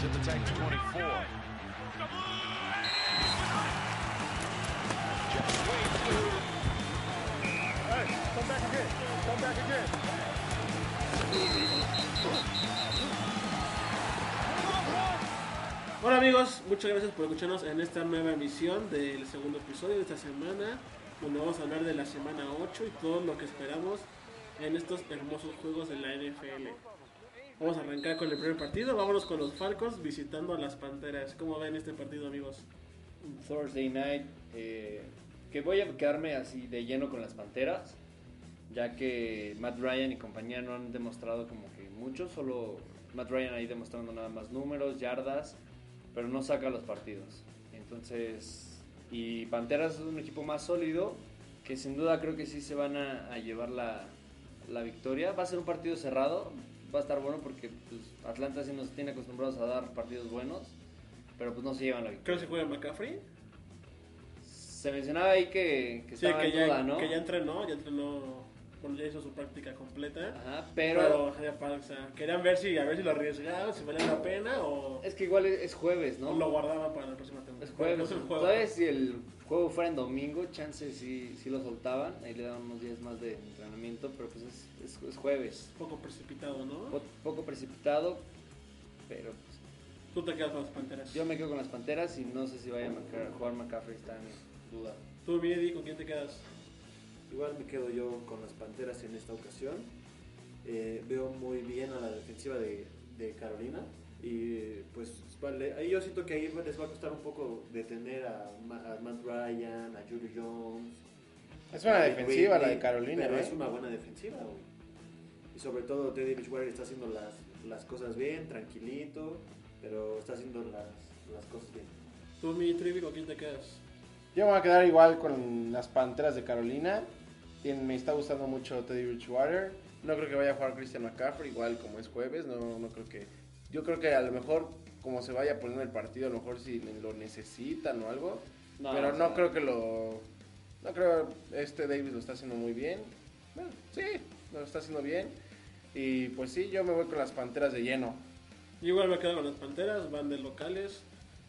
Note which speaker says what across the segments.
Speaker 1: to the Titans 24. Just way through. come back again. Come back again.
Speaker 2: Hola amigos, muchas gracias por escucharnos en esta nueva emisión del segundo episodio de esta semana, donde vamos a hablar de la semana 8 y todo lo que esperamos en estos hermosos juegos de la NFL. Vamos a arrancar con el primer partido, vámonos con los Falcons visitando a las Panteras. ¿Cómo ven este partido amigos?
Speaker 3: Thursday Night, eh, que voy a quedarme así de lleno con las Panteras, ya que Matt Ryan y compañía no han demostrado como que mucho, solo Matt Ryan ahí demostrando nada más números, yardas, pero no saca los partidos. Entonces, y Panteras es un equipo más sólido, que sin duda creo que sí se van a, a llevar la, la victoria. Va a ser un partido cerrado, va a estar bueno porque pues, Atlanta sí nos tiene acostumbrados a dar partidos buenos, pero pues no se llevan la victoria.
Speaker 2: Creo que se juega McCaffrey.
Speaker 3: Se mencionaba ahí que, que
Speaker 2: Sí,
Speaker 3: estaba
Speaker 2: que
Speaker 3: en
Speaker 2: ya,
Speaker 3: duda, ¿no?
Speaker 2: que ya entrenó, ya entrenó, bueno, ya hizo su práctica completa.
Speaker 3: Ajá,
Speaker 2: Pero,
Speaker 3: pero
Speaker 2: ya pasa. querían ver si, a ver si lo arriesgaban, si valía la pena o
Speaker 3: es que igual es, es jueves, ¿no?
Speaker 2: lo guardaban para la próxima temporada.
Speaker 3: es jueves.
Speaker 2: No es el juego.
Speaker 3: ¿Sabes si el juego fuera en domingo? Chance sí, sí lo soltaban. Ahí le daban unos días más de entrenamiento, pero pues es, es, es jueves.
Speaker 2: Un poco precipitado, ¿no?
Speaker 3: Po- poco precipitado, pero pues,
Speaker 2: Tú te quedas con las panteras.
Speaker 3: yo me quedo con las panteras y no sé si vaya a marcar- jugar McCaffrey, está en duda.
Speaker 2: Tú, Midi, ¿con quién te quedas?
Speaker 4: Igual me quedo yo con las Panteras en esta ocasión. Eh, veo muy bien a la defensiva de, de Carolina. Y pues vale, ahí yo siento que ahí les va a costar un poco detener a, Ma- a Matt Ryan, a Julio Jones.
Speaker 5: Es una
Speaker 4: a
Speaker 5: defensiva la
Speaker 4: Whitney,
Speaker 5: de Carolina,
Speaker 4: Pero es
Speaker 5: ¿eh?
Speaker 4: una buena defensiva, güey. Y sobre todo Teddy Bridgewater está haciendo las, las cosas bien, tranquilito, pero está haciendo las, las cosas bien.
Speaker 2: Tú, Midi, Trivi, ¿con quién te quedas?
Speaker 5: Yo me voy a quedar igual con las Panteras de Carolina. Tien- me está gustando mucho Teddy Bridgewater. No creo que vaya a jugar Christian McCaffrey, igual como es jueves. No, no creo que. Yo creo que a lo mejor, como se vaya poniendo el partido, a lo mejor si lo necesitan o algo.
Speaker 3: No,
Speaker 5: pero
Speaker 3: o
Speaker 5: no
Speaker 3: sea-
Speaker 5: creo que lo. No creo. Este Davis lo está haciendo muy bien. Bueno, sí, lo está haciendo bien. Y pues sí, yo me voy con las panteras de lleno.
Speaker 2: Yo igual me quedo con las panteras, van de locales.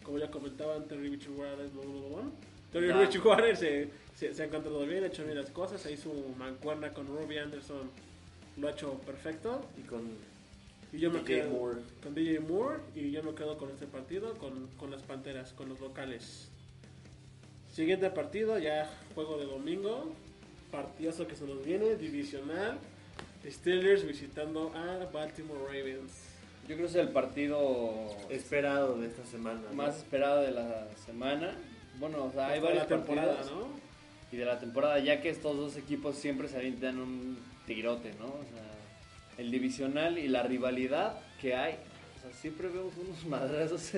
Speaker 2: Como ya comentaban, Terry Bridgewater, blah, blah, blah, blah. Terry
Speaker 3: Ya.
Speaker 2: Bridgewater se, se, se ha encontrado bien, ha hecho bien las cosas. Ahí su mancuerna con Ruby Anderson lo ha hecho perfecto.
Speaker 4: Y con
Speaker 2: Y yo me
Speaker 4: DJ
Speaker 2: quedo
Speaker 4: Moore.
Speaker 2: con DJ Moore y yo me quedo con este partido, con, con las Panteras, con los locales. Siguiente partido, ya juego de domingo, partidazo que se nos viene, divisional, Steelers visitando a Baltimore Ravens.
Speaker 3: Yo creo que es el partido
Speaker 4: esperado de esta semana. ¿no?
Speaker 3: Pues, más esperado de la semana. Bueno, o sea, hay
Speaker 2: Hasta
Speaker 3: varias
Speaker 2: Pues la temporada,
Speaker 3: partidos.
Speaker 2: ¿no?
Speaker 3: y de la temporada, ya que estos dos equipos siempre se avientan un tirote, ¿no? O sea, el divisional y la rivalidad que hay. O sea, siempre vemos unos madrazos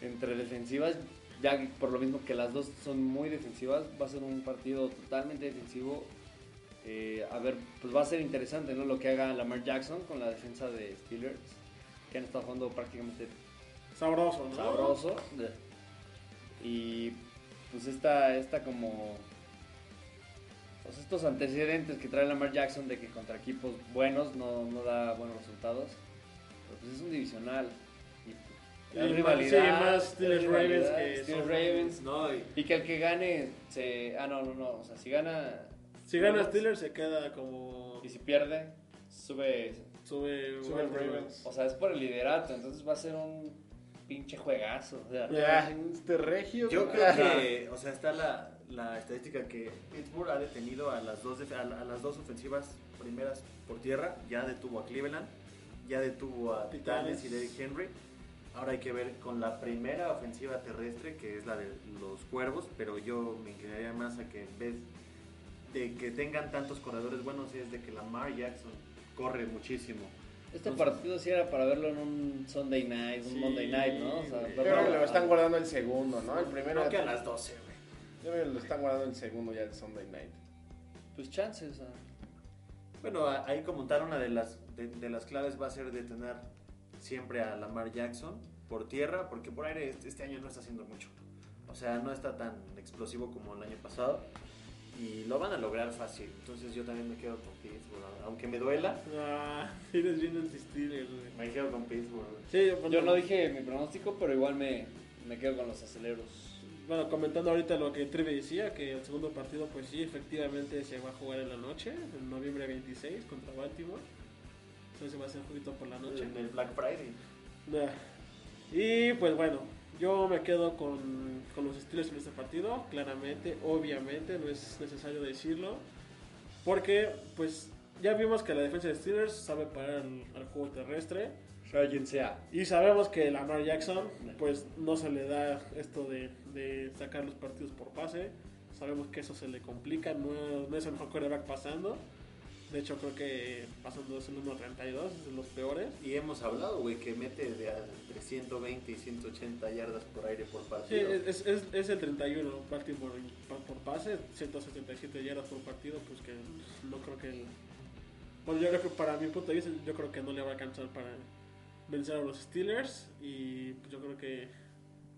Speaker 3: entre defensivas, ya que por lo mismo que las dos son muy defensivas, va a ser un partido totalmente defensivo. Eh, a ver, pues va a ser interesante, ¿no? Lo que haga Lamar Jackson con la defensa de Steelers, que han estado jugando prácticamente
Speaker 2: Sabroso, ¿no?
Speaker 3: sabroso. Y pues esta, esta como... Pues estos antecedentes que trae Lamar Jackson de que contra equipos buenos no, no da buenos resultados. Pero pues es un divisional. Y,
Speaker 2: Y
Speaker 3: hay
Speaker 2: más-
Speaker 3: rivalidad,
Speaker 2: sí, más
Speaker 3: hay
Speaker 2: Steelers Ravens
Speaker 3: rivalidad,
Speaker 2: que
Speaker 3: Steelers
Speaker 2: son-
Speaker 3: Ravens.
Speaker 4: No, y-
Speaker 3: Y que el que gane se... Ah, no, no, no. O sea, si gana
Speaker 2: Si gana Steelers se queda como...
Speaker 3: y si pierde, sube...
Speaker 2: Sube,
Speaker 5: Sube el
Speaker 2: Baltimore.
Speaker 5: Ravens.
Speaker 3: O sea, es por el liderato. Entonces va a ser un pinche juegazo. o sea,
Speaker 5: Ya, este regio.
Speaker 4: Yo creo
Speaker 5: Ajá.
Speaker 4: que, o sea, está la, la estadística que Pittsburgh ha detenido a las, dos, def- a, la- a las dos ofensivas primeras por tierra. Ya detuvo a Cleveland, ya detuvo a
Speaker 2: Titanes.
Speaker 4: Titanes y Derrick Henry. Ahora hay que ver con la primera ofensiva terrestre, que es la de los cuervos, pero yo me inclinaría más a que en vez de que tengan tantos corredores buenos, es de que Lamar Jackson corre muchísimo.
Speaker 3: Este partido sí era para verlo en un Sunday night, un
Speaker 4: Sí,
Speaker 3: Monday night, ¿no? O sea,
Speaker 4: güey.
Speaker 5: Yo
Speaker 3: verlo
Speaker 5: creo que lo
Speaker 3: a-
Speaker 5: están guardando el segundo, ¿no? El primero.
Speaker 4: Creo que a
Speaker 5: Yo
Speaker 4: las 12, güey.
Speaker 5: creo que lo están guardando el segundo ya el Sunday night.
Speaker 3: Pues chances, o sea,
Speaker 4: Bueno, a- ahí como tal, una de las, de, de las claves va a ser detener siempre a Lamar Jackson por tierra, porque por aire este, este año no está haciendo mucho. O sea, no está tan explosivo como el año pasado. Y lo van a lograr fácil. Entonces yo también me quedo con Pittsburgh. Aunque me duela,
Speaker 2: Ah, eres bien anti-Steelers, güey.
Speaker 4: me quedo con Pittsburgh. güey.
Speaker 2: Sí, bueno,
Speaker 3: Yo no dije mi pronóstico, pero igual me, me quedo con los aceleros.
Speaker 2: Bueno, comentando ahorita lo que Trevi decía, que el segundo partido, pues sí, efectivamente se va a jugar en la noche, en noviembre 26 contra Baltimore. Entonces va a ser un poquito por la noche.
Speaker 4: En el Black Friday.
Speaker 2: Nah. Y pues bueno, yo me quedo con, con los Steelers en este partido, claramente, obviamente, no es necesario decirlo. Porque pues ya vimos que la defensa de Steelers sabe parar al, al juego terrestre.
Speaker 3: Ryan sea.
Speaker 2: Y sabemos que Lamar Jackson, pues no se le da esto de, de sacar los partidos por pase. Sabemos que eso se le complica, no, no es el mejor quarterback pasando. De hecho, creo que pasando es el 1.32, es de los peores.
Speaker 4: Y hemos hablado, güey, que mete de a- entre 120 y 180 yardas por aire por
Speaker 2: Sí,
Speaker 4: partido.
Speaker 2: es, es, es el 31 Baltimore pa- por pase, 177 yardas por partido, pues que no creo que... el- Bueno, yo creo que para mi punto de vista, yo creo que no le va a alcanzar para vencer a los Steelers y pues, yo creo que,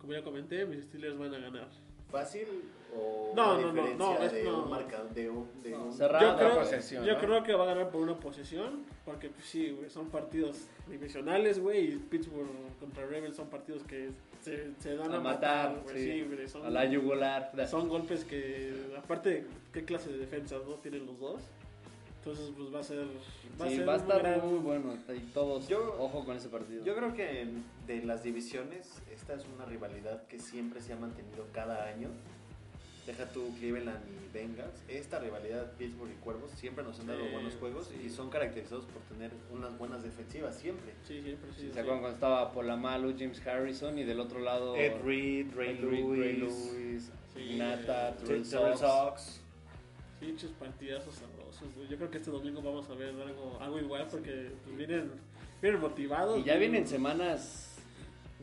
Speaker 2: como ya comenté, mis Steelers van a ganar.
Speaker 4: ¿Fácil o
Speaker 2: No,
Speaker 4: una
Speaker 2: no, no,
Speaker 4: diferencia
Speaker 2: no, es-
Speaker 4: de
Speaker 2: no.
Speaker 4: un marcador de un, de un-
Speaker 3: cerrado.
Speaker 2: Yo,
Speaker 3: Rara
Speaker 2: creo,
Speaker 4: Pues,
Speaker 5: posesión,
Speaker 2: yo
Speaker 5: ¿no?
Speaker 2: creo que va a ganar por una posesión, porque pues, sí, güey, son partidos divisionales, güey, y Pittsburgh contra Rebels son partidos que se, se dan a,
Speaker 3: A matar,
Speaker 2: güey,
Speaker 3: sí.
Speaker 2: güey, son-
Speaker 3: A la yugular.
Speaker 2: Son golpes que, aparte, ¿qué clase de defensas no tienen los dos? Entonces, pues va a ser. Va
Speaker 3: Sí,
Speaker 2: ser
Speaker 3: va a
Speaker 2: un
Speaker 3: estar
Speaker 2: gran-
Speaker 3: muy bueno. Y todos,
Speaker 4: Yo-
Speaker 3: ojo con ese partido.
Speaker 4: Yo creo que en- de las divisiones, esta es una rivalidad que siempre se ha mantenido cada año. Deja tú Cleveland y Bengals. Esta rivalidad Pittsburgh y Cuervos siempre nos han dado
Speaker 2: Sí,
Speaker 4: buenos juegos
Speaker 2: sí.
Speaker 4: y son caracterizados por tener unas buenas defensivas siempre.
Speaker 2: Sí, siempre sí.
Speaker 3: Si
Speaker 2: sí.
Speaker 3: se acuerdan cuando estaba Polamalu, James Harrison y del otro lado
Speaker 4: Ed Reed, Ray
Speaker 3: Ed Reed, Ray
Speaker 4: Lewis,
Speaker 3: Lewis,
Speaker 2: Sí.
Speaker 3: Nata, Terrell
Speaker 4: Terrell
Speaker 3: Suggs.
Speaker 4: Sox.
Speaker 2: Pinches partidazos sabrosos, güey. Yo creo que este domingo vamos a ver algo, algo igual porque pues, vienen, vienen motivados.
Speaker 3: Y ya
Speaker 2: güey.
Speaker 3: vienen semanas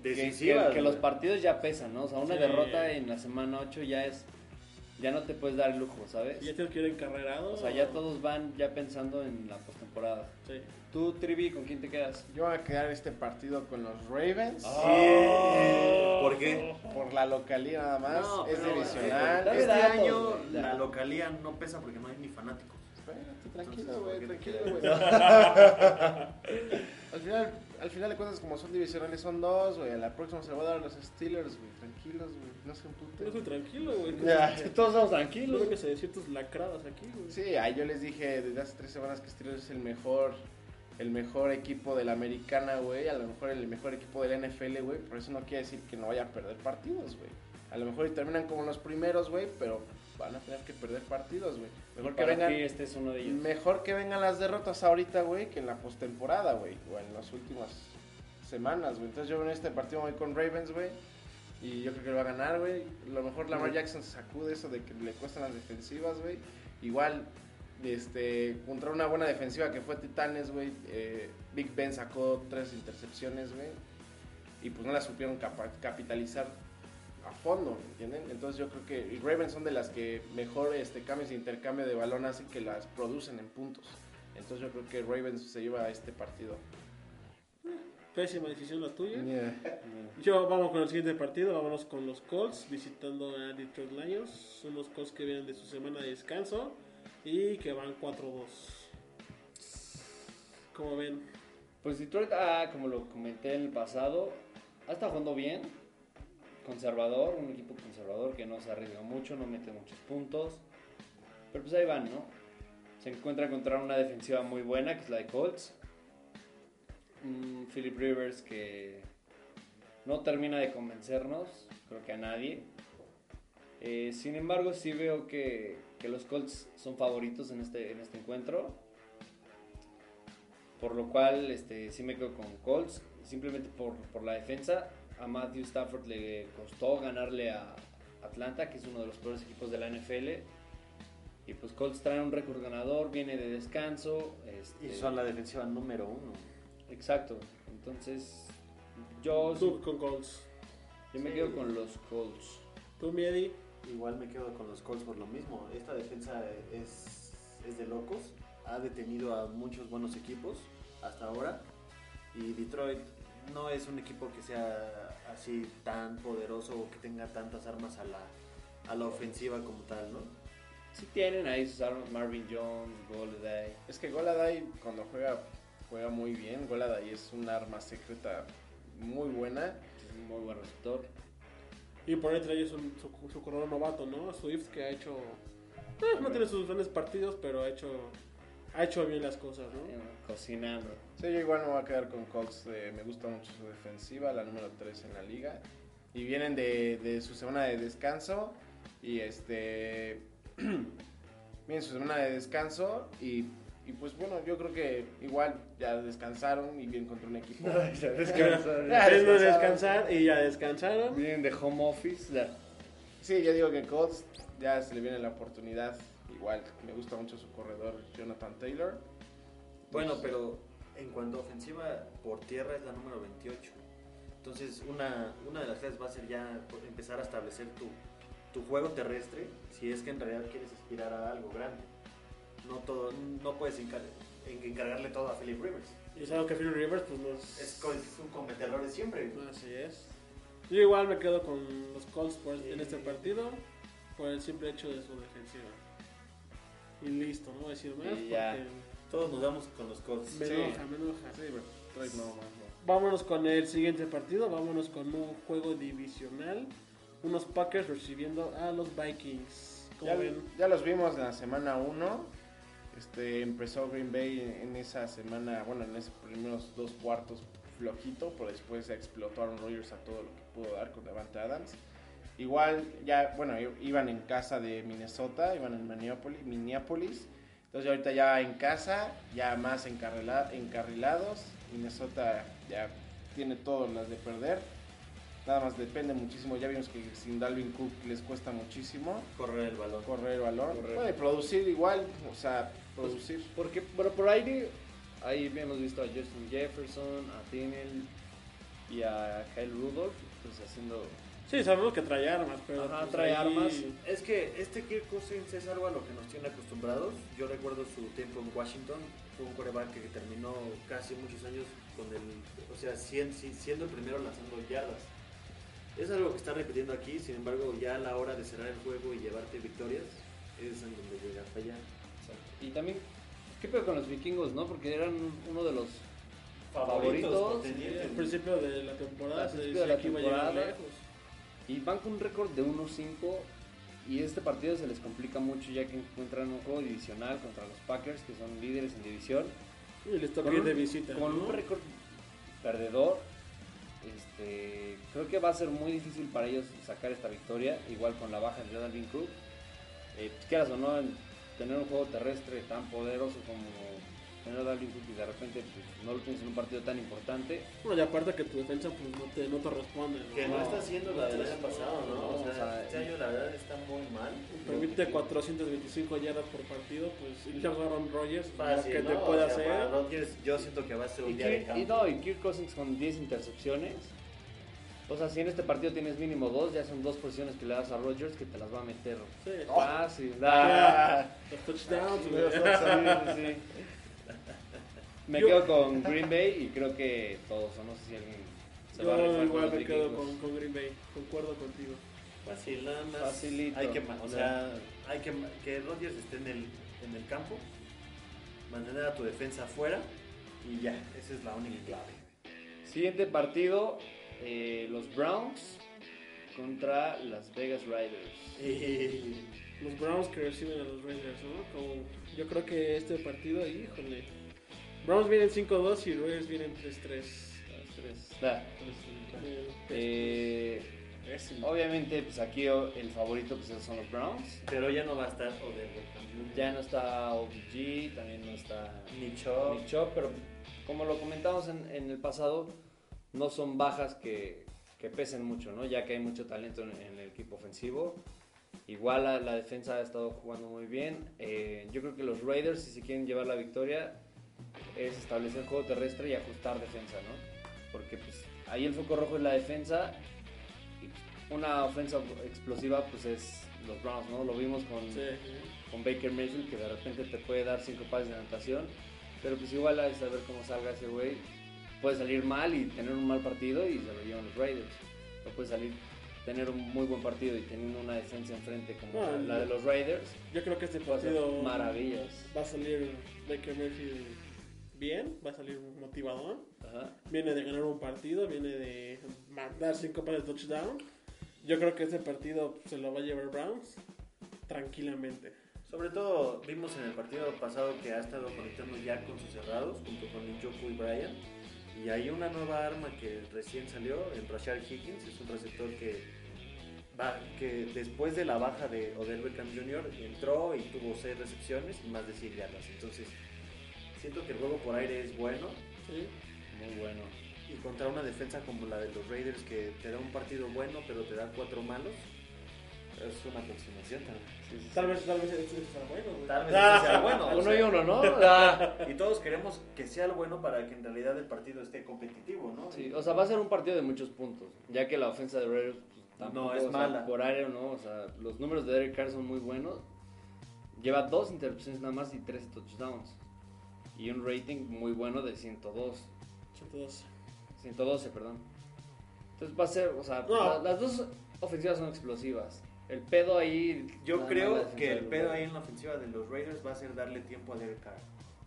Speaker 3: que- que,
Speaker 4: Decisivas.
Speaker 3: que los
Speaker 4: güey.
Speaker 3: partidos ya pesan, ¿no? O sea, una
Speaker 2: Sí.
Speaker 3: derrota en la semana 8 ya es. Ya no te puedes dar el lujo, ¿sabes?
Speaker 2: Y ya tienes que ir encarrerado.
Speaker 3: O sea, ya todos van ya pensando en la postemporada.
Speaker 2: Sí.
Speaker 3: Tú, Trivi, ¿con quién te quedas?
Speaker 5: Yo voy a quedar este partido con los Ravens.
Speaker 4: Ah.
Speaker 3: Ah.
Speaker 4: Sí. ¿Por qué?
Speaker 5: Por la localidad nada más.
Speaker 4: No,
Speaker 5: es
Speaker 4: pero-
Speaker 5: divisional.
Speaker 3: Dame
Speaker 4: Este
Speaker 3: datos,
Speaker 4: año
Speaker 3: güey,
Speaker 4: la
Speaker 3: ya.
Speaker 4: localía no pesa porque no hay ni fanáticos.
Speaker 5: Espérate,
Speaker 4: Entonces,
Speaker 5: tranquilo,
Speaker 4: ¿por
Speaker 5: güey,
Speaker 4: qué te
Speaker 5: tranquilo,
Speaker 4: quedas?
Speaker 5: güey. al, final, al final de cuentas, como son divisionales, son dos, güey. A la próxima se lo voy a dar a los Steelers, güey. Tranquilos, güey. No se
Speaker 2: Yo estoy
Speaker 5: emputen.
Speaker 2: tranquilo, güey.
Speaker 5: Ya.
Speaker 3: Todos estamos
Speaker 2: No
Speaker 3: tranquilos.
Speaker 2: tengo que se decir tus lacradas aquí, güey.
Speaker 5: Sí, ah, yo les dije desde hace tres semanas que Steelers es el mejor, el mejor equipo de la americana, güey. A lo mejor el mejor equipo de la NFL, güey. Por eso no quiere decir que no vayan a perder partidos, güey. A lo mejor y terminan como los primeros, güey, pero van a tener que perder partidos, güey. Mejor que
Speaker 3: Para
Speaker 5: vengan.
Speaker 3: ti este es uno de ellos.
Speaker 5: Mejor que vengan las derrotas ahorita, güey, que en la postemporada, güey, o en las últimas semanas, güey. Entonces yo en este partido voy con Ravens, güey, y yo creo que lo va a ganar, güey. A lo mejor Lamar Jackson se sacude eso de que le cuestan las defensivas, güey. Igual, este, contra una buena defensiva que fue Titanes, güey, eh, Big Ben sacó tres intercepciones, güey, y pues no la supieron capa- capitalizar a fondo, ¿me ¿entienden? Entonces yo creo que y Ravens son de las que mejor este, cambios de intercambio de balón hacen que las producen en puntos. Entonces yo creo que Ravens se lleva a este partido.
Speaker 2: Pésima decisión la tuya. Yo vamos con el siguiente partido, vámonos con los Colts visitando a Detroit Lions. Son los Colts que vienen de su semana de descanso y que van 4-2. Como ven,
Speaker 3: Pues Detroit, ah, como lo comenté en el pasado, ha estado jugando bien. Conservador, un equipo conservador que no se arriesga mucho, no mete muchos puntos. Pero pues ahí van, ¿no? Se encuentra contra una defensiva muy buena, que es la de Colts. Mm, Philip Rivers que no termina de convencernos, creo que a nadie. Eh, sin embargo, sí veo que, que los Colts son favoritos en este, en este encuentro. Por lo cual, este, sí me quedo con Colts, simplemente por, por la defensa. A Matthew Stafford le costó ganarle a Atlanta, que es uno de los peores equipos de la NFL. Y pues Colts trae un récord ganador, viene de descanso. este,
Speaker 4: Y son la defensiva número uno.
Speaker 3: Exacto. Entonces, yo,
Speaker 2: Tú con Colts.
Speaker 3: yo me quedo con los Colts.
Speaker 2: Tú, mi Eddie.
Speaker 4: Igual me quedo con los Colts por lo mismo. Esta defensa es, es de locos. Ha detenido a muchos buenos equipos hasta ahora. Y Detroit no es un equipo que sea así tan poderoso o que tenga tantas armas a la, a la ofensiva como tal, ¿no?
Speaker 3: Sí tienen ahí sus armas, Marvin Jones, Golladay.
Speaker 5: Es que Goladay cuando juega, juega muy bien. Goladay es un arma secreta muy buena.
Speaker 3: que es un muy buen receptor.
Speaker 2: Y por ahí trae su, su, su corredor novato, ¿no? Swift, que ha hecho. eh, no tiene sus grandes partidos, pero ha hecho. Ha hecho bien las cosas,
Speaker 3: eh,
Speaker 2: ¿no?
Speaker 3: Cocinando.
Speaker 5: Sí, yo igual me voy a quedar con Colts. eh, me gusta mucho su defensiva, la número 3 en la liga. Y vienen de, de su semana de descanso. Y este. vienen su semana de descanso. Y, y pues bueno, yo creo que igual ya descansaron y bien contra un equipo.
Speaker 2: Ya,
Speaker 5: Ya
Speaker 2: descansaron.
Speaker 5: descansaron.
Speaker 2: descansar y ya descansaron.
Speaker 3: Vienen de home office. la-
Speaker 5: Sí, yo digo que Colts ya se le viene la oportunidad. Igual me gusta mucho su corredor, Jonathan Taylor.
Speaker 4: Bueno, pero Pues, en cuanto a ofensiva, por tierra es la número 28. Entonces, una, una de las claves va a ser ya empezar a establecer tu, tu juego terrestre si es que en realidad quieres aspirar a algo grande. No, todo, no puedes encar- en- encargarle todo a Philip Rivers.
Speaker 2: Y sabes que Philip Rivers, pues nos.
Speaker 4: Es co- es un cometedor de siempre.
Speaker 2: Así es. Yo igual me quedo con los Colts por- en
Speaker 4: Sí.
Speaker 2: este partido por el simple hecho de su defensiva. Y listo, no voy a decir más
Speaker 3: Y ya.
Speaker 4: Todos nos damos con los Colts.
Speaker 2: porque me
Speaker 5: Sí.
Speaker 2: enoja, me enoja.
Speaker 5: Sí, pero Troy Pues, no, no, no.
Speaker 2: Vámonos con el siguiente partido, vámonos con un juego divisional. Unos Packers recibiendo a los Vikings. ¿Cómo
Speaker 5: Ya,
Speaker 2: ven?
Speaker 5: ya los vimos en la semana 1. Este, empezó Green Bay en, en esa semana, bueno, en esos primeros dos cuartos flojito, pero después explotó Aaron Rodgers a todo lo que pudo dar con Davante Adams. Igual, ya, bueno, i- iban en casa de Minnesota, iban en Minneapolis, Minneapolis. Entonces ahorita ya en casa, ya más encarrila- encarrilados. Minnesota ya tiene todas las de perder. Nada más depende muchísimo. Ya vimos que sin Dalvin Cook les cuesta muchísimo
Speaker 4: Correr el balón.
Speaker 5: correr el balón.
Speaker 3: Correr.
Speaker 5: Puede producir igual, o sea, producir.
Speaker 3: Porque, bueno, por ahí, de- ahí hemos visto a Justin Jefferson, a Tinnell y a Kyle Rudolph, pues haciendo
Speaker 2: Sí, sabemos que trae armas, pero.
Speaker 3: Ajá,
Speaker 2: pues, ahí-
Speaker 3: trae armas.
Speaker 4: Es que este Kirk Cousins es algo a lo que nos tiene acostumbrados. Yo recuerdo su tiempo en Washington. Fue un quarterback que terminó casi muchos años con el. O sea, cien- si- siendo el primero lanzando yardas. Es algo que está repitiendo aquí. Sin embargo, ya a la hora de cerrar el juego y llevarte victorias, es en donde llega a fallar.
Speaker 3: Exacto. Y también, ¿qué pedo con los vikingos, no? Porque eran uno de los Favoritos,
Speaker 2: Sí,
Speaker 4: contendientes.
Speaker 2: Al principio de la temporada
Speaker 3: Al
Speaker 2: se
Speaker 3: principio de
Speaker 2: decía
Speaker 3: la
Speaker 2: que iba a llegar
Speaker 3: temporada.
Speaker 2: lejos.
Speaker 3: Y van con un récord de 1-5 y este partido se les complica mucho ya que encuentran un juego divisional contra los Packers que son líderes en división.
Speaker 2: Y les toca
Speaker 3: Con
Speaker 2: ir
Speaker 3: un-
Speaker 2: de visita.
Speaker 3: Con
Speaker 2: ¿no?
Speaker 3: un récord perdedor. Este, creo que va a ser muy difícil para ellos sacar esta victoria, igual con la baja de Dalvin Cook. Eh, pues, quieras o no, el tener un juego terrestre tan poderoso como tener a Dalvin Cook y de repente pues, no lo tienes en un partido tan importante,
Speaker 2: Bueno, y aparte que tu defensa pues no te, no te responde, ¿no?
Speaker 4: Que no,
Speaker 3: No.
Speaker 4: está haciendo la del año pasado, ¿no?
Speaker 3: No,
Speaker 4: o sea,
Speaker 3: o sea,
Speaker 4: este año la verdad está muy mal.
Speaker 2: Permite 425 yardas por partido, pues y luego Aaron Rodgers, lo que te
Speaker 4: ¿no?
Speaker 2: puede
Speaker 4: O sea, para
Speaker 2: hacer.
Speaker 4: Rodgers, yo siento que va a ser
Speaker 3: Y
Speaker 4: un día de
Speaker 3: Kirk,
Speaker 4: campo.
Speaker 3: y no, y Kirk Cousins con 10 intercepciones. O sea, si en este partido tienes mínimo dos, ya son dos posiciones que le das a Rodgers que te las va a meter
Speaker 2: Sí.
Speaker 3: fácil.
Speaker 2: Oh. Ah.
Speaker 3: Ah,
Speaker 2: Los touchdowns, güey.
Speaker 3: sí, sí. Me
Speaker 2: Yo-
Speaker 3: quedo con Green Bay y creo que todos, o no sé si alguien se va a
Speaker 2: Yo
Speaker 3: rifar
Speaker 2: igual
Speaker 3: con
Speaker 2: me
Speaker 3: los
Speaker 2: quedo
Speaker 3: vikingos.
Speaker 2: con, con Green Bay, concuerdo contigo.
Speaker 4: Fácil, nada más.
Speaker 3: Facilito.
Speaker 4: Hay que, ma- o
Speaker 3: No.
Speaker 4: sea, hay que, ma- que Rodgers esté en el, en el campo, mantener a tu defensa afuera y ya, esa es la única clave.
Speaker 3: Siguiente partido, eh, los Browns contra Las Vegas Riders.
Speaker 2: Los Browns que reciben a los Raiders, ¿no? Como- yo creo que este partido, híjole. Browns vienen 5-2 y Raiders vienen 3-3.
Speaker 3: Ah,
Speaker 2: Eh,
Speaker 3: eh, obviamente, pues aquí o- el favorito pues, son los Browns.
Speaker 4: Pero ya no va a estar Odell.
Speaker 3: Ya no está OBG, también no está
Speaker 4: Ni Chop.
Speaker 3: Nick Chubb, pero como lo comentamos en, en el pasado, no son bajas que, que pesen mucho, ¿no? Ya que hay mucho talento en, en el equipo ofensivo. Igual la, la defensa ha estado jugando muy bien. Eh, yo creo que los Raiders, si se quieren llevar la victoria, es establecer juego terrestre y ajustar defensa, ¿no? Porque pues, ahí el foco rojo es la defensa y pues, una ofensa explosiva pues es los Browns, ¿no? Lo vimos con, con Baker Mayfield que de repente te puede dar cinco pases de anotación, pero pues igual a saber cómo salga ese güey. Puede salir mal y tener un mal partido y se lo llevan los Raiders. O puede salir tener un muy buen partido y teniendo una defensa enfrente como
Speaker 2: No,
Speaker 3: la
Speaker 2: no.
Speaker 3: de los Raiders.
Speaker 2: Yo creo que este
Speaker 3: Va a ser
Speaker 2: partido
Speaker 3: maravillas.
Speaker 2: va a salir Baker Mayfield bien, va a salir motivador.
Speaker 3: Ajá.
Speaker 2: Viene de ganar un partido, viene de mandar cinco pares de touchdown. Yo creo que este partido se lo va a llevar Browns tranquilamente.
Speaker 4: Sobre todo vimos en el partido pasado que ha estado conectando ya con sus cerrados, junto con Njoku y Bryan. Y hay una nueva arma que recién salió en Rashard Higgins, es un receptor que, va, que después de la baja de Odell Beckham Jr. entró y tuvo seis recepciones y más de 100 yardas. Entonces, siento que el juego por aire es bueno
Speaker 2: ¿sí?
Speaker 3: Muy bueno.
Speaker 4: y contra una defensa como la de los Raiders que te da un partido bueno pero te da cuatro malos, es una aproximación también.
Speaker 3: Sí, sí,
Speaker 2: Tal
Speaker 3: sí.
Speaker 2: vez, tal vez este sea bueno. güey.
Speaker 4: Tal vez este sea bueno. o
Speaker 3: Uno
Speaker 4: sea.
Speaker 3: y uno, ¿no? Ah.
Speaker 4: Y todos queremos que sea lo bueno para que en realidad el partido esté competitivo, ¿no?
Speaker 3: Sí, o sea, va a ser un partido de muchos puntos, ya que la ofensa de Raiders pues,
Speaker 4: No, es
Speaker 3: o sea,
Speaker 4: mala.
Speaker 3: por aéreo no, o sea, los números de Derek Carr son muy buenos. Lleva dos intercepciones nada más y tres touchdowns. Y un rating muy bueno de 102.
Speaker 2: Entonces,
Speaker 3: 112, perdón. Entonces va a ser, o sea,
Speaker 2: No.
Speaker 3: la- las dos ofensivas son explosivas. El pedo ahí.
Speaker 4: Yo
Speaker 3: nada más la
Speaker 4: creo
Speaker 3: defensa
Speaker 4: que
Speaker 3: de
Speaker 4: el
Speaker 3: los
Speaker 4: pedo
Speaker 3: Raiders.
Speaker 4: ahí en la ofensiva de los Raiders va a ser darle tiempo a Derek Carr.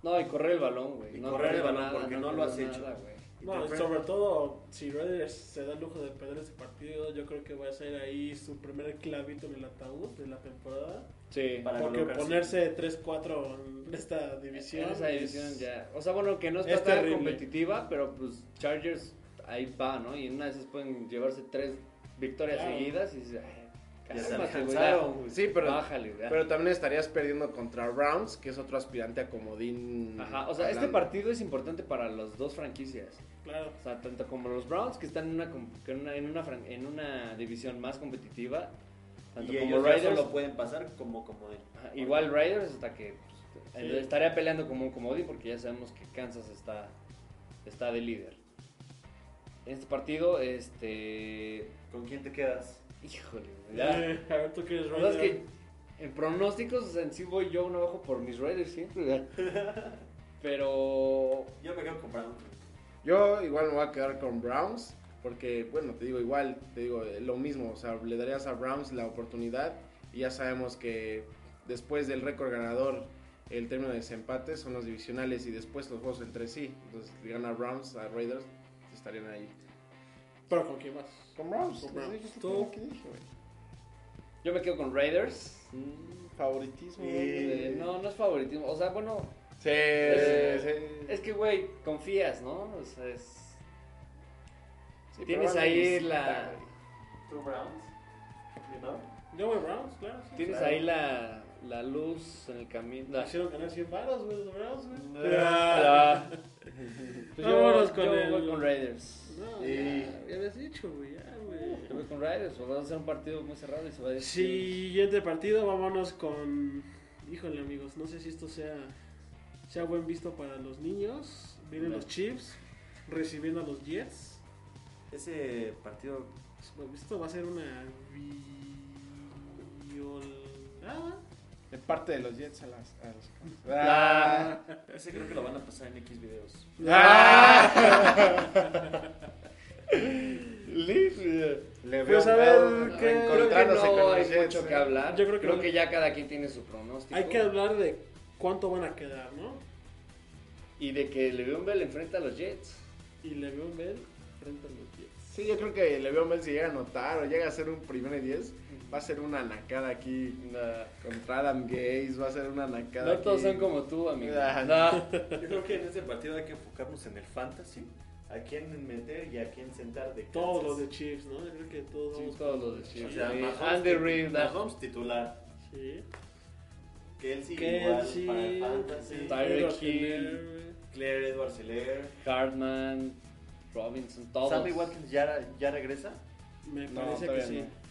Speaker 3: No, y correr el balón, güey.
Speaker 4: Y correr el
Speaker 3: corrió
Speaker 4: balón, porque no lo
Speaker 3: corrió
Speaker 4: has hecho.
Speaker 3: nada, güey.
Speaker 4: Y
Speaker 2: no,
Speaker 4: te-
Speaker 2: sobre todo, si Raiders se da el lujo de perder este partido, yo creo que va a ser ahí su primer clavito en el ataúd de la temporada.
Speaker 3: Sí.
Speaker 4: Para
Speaker 2: Porque
Speaker 4: colocarse.
Speaker 2: ponerse 3-4 en esta división.
Speaker 3: En esa
Speaker 2: es-
Speaker 3: división ya. O sea, bueno, que no está
Speaker 2: es
Speaker 3: tan
Speaker 2: terrible.
Speaker 3: competitiva, pero pues Chargers ahí va, ¿no? Y en una de esas pueden llevarse tres victorias
Speaker 2: Claro.
Speaker 3: seguidas y dices, ay,
Speaker 4: Ya se
Speaker 3: cálmate, güey,
Speaker 4: alcanzaron,
Speaker 3: ya,
Speaker 4: güey.
Speaker 5: Sí, pero-
Speaker 3: Bájale, güey, ya.
Speaker 5: Pero también estarías perdiendo contra Browns, que es otro aspirante a comodín.
Speaker 3: Ajá, o sea, este
Speaker 5: hablando.
Speaker 3: partido es importante para las dos franquicias.
Speaker 2: Claro.
Speaker 3: O sea, tanto como los Browns, que están en una, com- que en una, en una, fran- en una división más competitiva, tanto
Speaker 4: y
Speaker 3: como
Speaker 4: ellos ya
Speaker 3: Raiders.
Speaker 4: solo pueden pasar como como él.
Speaker 3: Ajá, Igual Raiders hasta que pues,
Speaker 2: Sí.
Speaker 3: estaría peleando como un comodín porque ya sabemos que Kansas está, está de líder. En este partido, este...
Speaker 4: ¿Con quién te quedas?
Speaker 3: Híjole, güey,
Speaker 2: Ya.
Speaker 3: ya.
Speaker 2: Eh, a ver, tú que eres
Speaker 3: La verdad Pues es
Speaker 2: Raiders.
Speaker 3: que en pronósticos o sea, en sí voy yo uno abajo por mis Raiders siempre. ¿verdad? Pero...
Speaker 4: Yo me quedo con Brown.
Speaker 5: Yo igual me voy a quedar con Browns, porque, bueno, te digo, igual, te digo, eh, lo mismo, o sea, le darías a Browns la oportunidad y ya sabemos que después del récord ganador, el término de desempate son los divisionales y después los juegos entre sí. Entonces, si gana Browns a Raiders, estarían ahí.
Speaker 2: Pero con quién más.
Speaker 5: Con Browns,
Speaker 2: Con Browns.
Speaker 5: les dije,
Speaker 2: Tú.
Speaker 5: ¿qué dije, güey?
Speaker 3: Yo me quedo con Raiders.
Speaker 5: Mm, Favoritismo.
Speaker 3: Eh, no, no es favoritismo. O sea, bueno,
Speaker 5: Sí,
Speaker 3: Es-
Speaker 5: sí.
Speaker 3: es que, güey, confías, ¿no? O sea, es...
Speaker 5: Sí,
Speaker 3: tienes
Speaker 5: pero van de
Speaker 3: ahí
Speaker 5: visita,
Speaker 3: la-
Speaker 5: güey.
Speaker 4: ¿Tú Browns? ¿Y no?
Speaker 2: Yo voy Browns, claro. sí.
Speaker 3: Tienes ahí la, la luz en el camino. La-
Speaker 2: Hicieron ganar 100 varos, güey, los Browns, güey.
Speaker 3: la- Pues yo-
Speaker 2: Vámonos con
Speaker 3: yo
Speaker 2: el-
Speaker 3: voy con Raiders.
Speaker 2: No,
Speaker 5: Sí.
Speaker 2: ya, ya habías dicho, güey, ya,
Speaker 3: Yo
Speaker 2: güey.
Speaker 3: voy con Raiders. o Va a ser un partido muy cerrado y se va a
Speaker 4: Pues
Speaker 3: decir.
Speaker 2: Siguiente partido, vámonos con... Híjole, amigos, no sé si esto sea, sea buen visto para los niños. Vienen
Speaker 3: No.
Speaker 2: los Chiefs recibiendo a los Jets.
Speaker 4: Ese partido
Speaker 2: Esto va a ser una violada.
Speaker 5: De parte de los Jets a las. a los-
Speaker 3: Ah.
Speaker 4: ese creo que lo van a pasar en X videos.
Speaker 5: Le veo
Speaker 2: Pues a
Speaker 5: un
Speaker 2: ver, ¿qué?
Speaker 3: Ah,
Speaker 5: pedo
Speaker 3: Creo que
Speaker 5: reencontrándose con
Speaker 3: no
Speaker 5: los
Speaker 3: hay
Speaker 5: Jets,
Speaker 3: mucho
Speaker 5: ¿eh?
Speaker 3: que hablar.
Speaker 2: Yo creo que no.
Speaker 3: ya cada quien tiene su pronóstico.
Speaker 2: Hay que hablar de cuánto van a quedar, ¿no?
Speaker 3: Y de que Le'Veon Bell enfrenta a los Jets.
Speaker 2: Y Le'Veon Bell frente a los Jets.
Speaker 5: Sí, yo creo que le veo mal si llega a anotar o llega a ser un primer y 10. Va a ser una nacada aquí contra Adam Gaze. Va a ser una nacada.
Speaker 3: No todos
Speaker 5: aquí.
Speaker 3: son como tú, amigo.
Speaker 5: Ah.
Speaker 3: No.
Speaker 4: Yo creo que en ese partido hay que enfocarnos en el fantasy, a quién meter y a quién sentar de
Speaker 2: Todos los
Speaker 4: Kansas.
Speaker 2: de Chiefs, ¿no? Yo creo que todos
Speaker 3: Sí,
Speaker 2: vamos
Speaker 3: todos los de Chiefs.
Speaker 4: O sea,
Speaker 3: Sí,
Speaker 4: Mahomes
Speaker 3: Andy
Speaker 4: tit-
Speaker 3: Reid, da-
Speaker 4: Mahomes titular.
Speaker 2: Sí.
Speaker 4: Kelsey,
Speaker 2: Kelsey,
Speaker 4: igual para el fantasy.
Speaker 3: Tyreek
Speaker 2: Edward
Speaker 3: Hill.
Speaker 2: Henry.
Speaker 4: Claire Edwards Helaire.
Speaker 3: Cartman, Robinson, todos.
Speaker 4: Sammy Watkins ya, ya regresa.
Speaker 2: Me
Speaker 5: No,
Speaker 2: parece que
Speaker 5: todavía
Speaker 2: sí.
Speaker 5: no.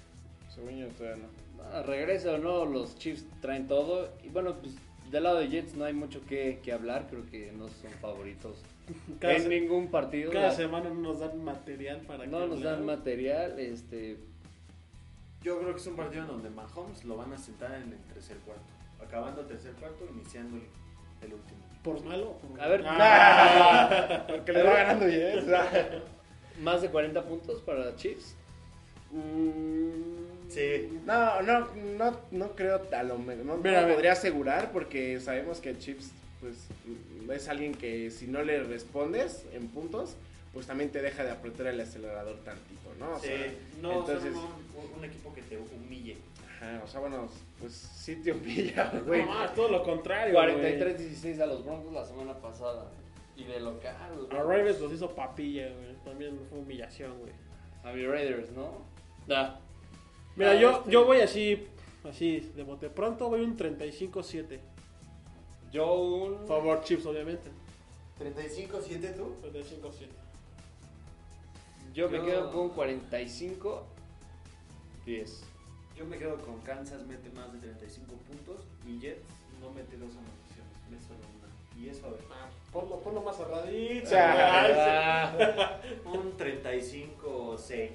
Speaker 5: Según yo, todavía no.
Speaker 3: Ah, regrese o no, los Chiefs traen todo. Y bueno, pues del lado de Jets no hay mucho que, que hablar, creo que no son favoritos
Speaker 2: Cada,
Speaker 3: en
Speaker 2: se-
Speaker 3: ningún partido.
Speaker 2: cada
Speaker 3: La-
Speaker 2: semana no nos dan material para
Speaker 3: no
Speaker 2: que
Speaker 3: nos
Speaker 2: hablar.
Speaker 3: dan material, este,
Speaker 4: Yo creo que es un partido en donde Mahomes lo van a sentar en el tercer cuarto. Acabando el tercer cuarto, iniciando el, el último.
Speaker 2: Por malo. o por-
Speaker 3: A ver,
Speaker 2: Ah.
Speaker 5: Porque le va ganando Jets.
Speaker 3: más de 40 puntos para Chiefs.
Speaker 2: Mm.
Speaker 4: Sí.
Speaker 5: No, no, no, no creo a lo me- No, no
Speaker 2: Mira,
Speaker 5: lo
Speaker 2: a ver.
Speaker 5: podría asegurar porque sabemos que Chips pues, mm, es alguien que si no le respondes en puntos, pues también te deja de apretar el acelerador tantito, ¿no? O
Speaker 4: Sí,
Speaker 5: sea,
Speaker 4: no,
Speaker 5: entonces-
Speaker 4: son un, un equipo que te humille.
Speaker 5: ajá, o sea, bueno, pues sí te humilla, güey.
Speaker 2: No, más, todo lo contrario. güey.
Speaker 3: 43-16 a los Broncos la semana pasada. Y de local. los
Speaker 2: A
Speaker 3: Broncos.
Speaker 2: Ravens los hizo papilla, güey. También fue humillación, güey.
Speaker 3: A mi Raiders, ¿no? Da.
Speaker 2: Mira,
Speaker 3: Ah,
Speaker 2: yo,
Speaker 3: este-
Speaker 2: yo voy así, así, de bote pronto, voy un 35-7.
Speaker 3: Yo un.
Speaker 2: Favor Chips, obviamente.
Speaker 4: 35-7 tú.
Speaker 2: 35-7.
Speaker 3: Yo me
Speaker 4: Yo-
Speaker 3: quedo con 45. 10.
Speaker 4: Yo me quedo con Kansas mete más de 35 puntos y Jets no mete dos anotaciones, mete solo una. Y eso a ver.
Speaker 2: Ponlo, ponlo más cerradito.
Speaker 4: Un 35-6.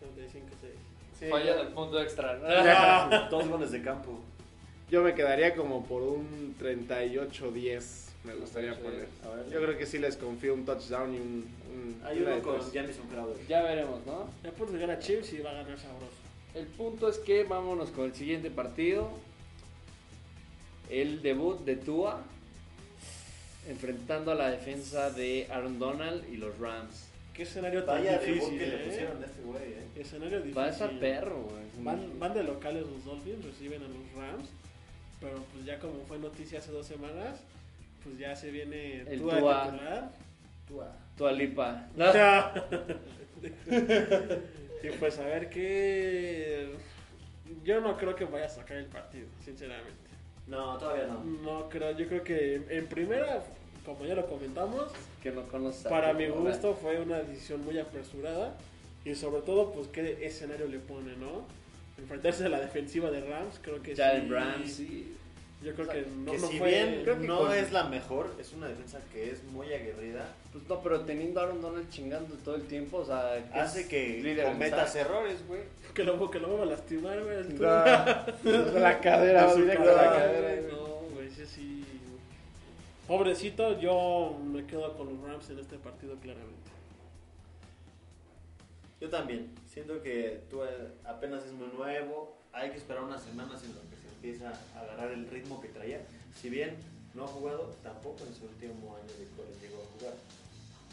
Speaker 2: 35-6.
Speaker 5: Sí.
Speaker 3: Falla del punto extra.
Speaker 4: Dos goles de campo.
Speaker 5: Yo me quedaría como por un 38-10, me gustaría poner.
Speaker 4: A ver.
Speaker 5: Yo creo que sí les confío un touchdown y un... un
Speaker 4: Hay
Speaker 5: una
Speaker 4: uno
Speaker 5: de
Speaker 4: con
Speaker 5: tres.
Speaker 4: Jamison Crowder.
Speaker 3: ya veremos, ¿no?
Speaker 2: Ya por gana Chips y va a ganar sabroso.
Speaker 3: El punto es que vámonos con el siguiente partido. El debut de Tua. Enfrentando a la defensa de Aaron Donald y los Rams.
Speaker 2: Qué escenario tan
Speaker 4: Vaya de
Speaker 2: difícil,
Speaker 4: que le
Speaker 2: eh.
Speaker 4: pusieron a este güey, eh.
Speaker 2: Qué escenario difícil.
Speaker 3: Va a estar perro, güey.
Speaker 2: Van, van de locales los Dolphins, reciben a los Rams. Pero pues ya como fue noticia hace dos semanas, pues ya se viene
Speaker 3: El
Speaker 2: Tua de
Speaker 3: Tua.
Speaker 2: titular.
Speaker 3: Tua Lipa.
Speaker 2: y pues a ver qué. Yo no creo que vaya a sacar el partido, sinceramente.
Speaker 4: No, todavía no.
Speaker 2: No creo, yo creo que en primera, como ya lo comentamos,
Speaker 3: que no conoce. a
Speaker 2: para mi
Speaker 3: Tua.
Speaker 2: gusto fue una decisión muy apresurada y sobre todo pues qué escenario le pone, ¿no? Enfrentarse a la defensiva de Rams, creo que
Speaker 3: Jalen
Speaker 2: sí.
Speaker 3: Ramsey.
Speaker 2: Yo creo que no,
Speaker 4: que
Speaker 2: no
Speaker 4: si
Speaker 2: fue
Speaker 4: bien
Speaker 2: creo que
Speaker 4: no
Speaker 2: con-
Speaker 4: es la mejor, es una defensa que es muy aguerrida.
Speaker 3: Pues no, pero teniendo a Aaron Donald chingando todo el tiempo, o sea,
Speaker 4: Hace
Speaker 3: es
Speaker 4: que
Speaker 3: líder en
Speaker 4: cometas
Speaker 3: sack.
Speaker 4: errores, güey.
Speaker 2: que lo que lo va a lastimar, güey. el Tua.
Speaker 5: Da- la cadera,
Speaker 2: Con su
Speaker 5: directo a la
Speaker 2: cara,
Speaker 5: cadera.
Speaker 2: güey, No, güey, ese sí. Pobrecito, yo me quedo con los Rams en este partido claramente.
Speaker 4: Yo también. Siento que tú eh, apenas es muy nuevo. Hay que esperar unas semanas en lo que se empieza a agarrar el ritmo que traía. Si bien no ha jugado, tampoco en su último año de core llegó a jugar.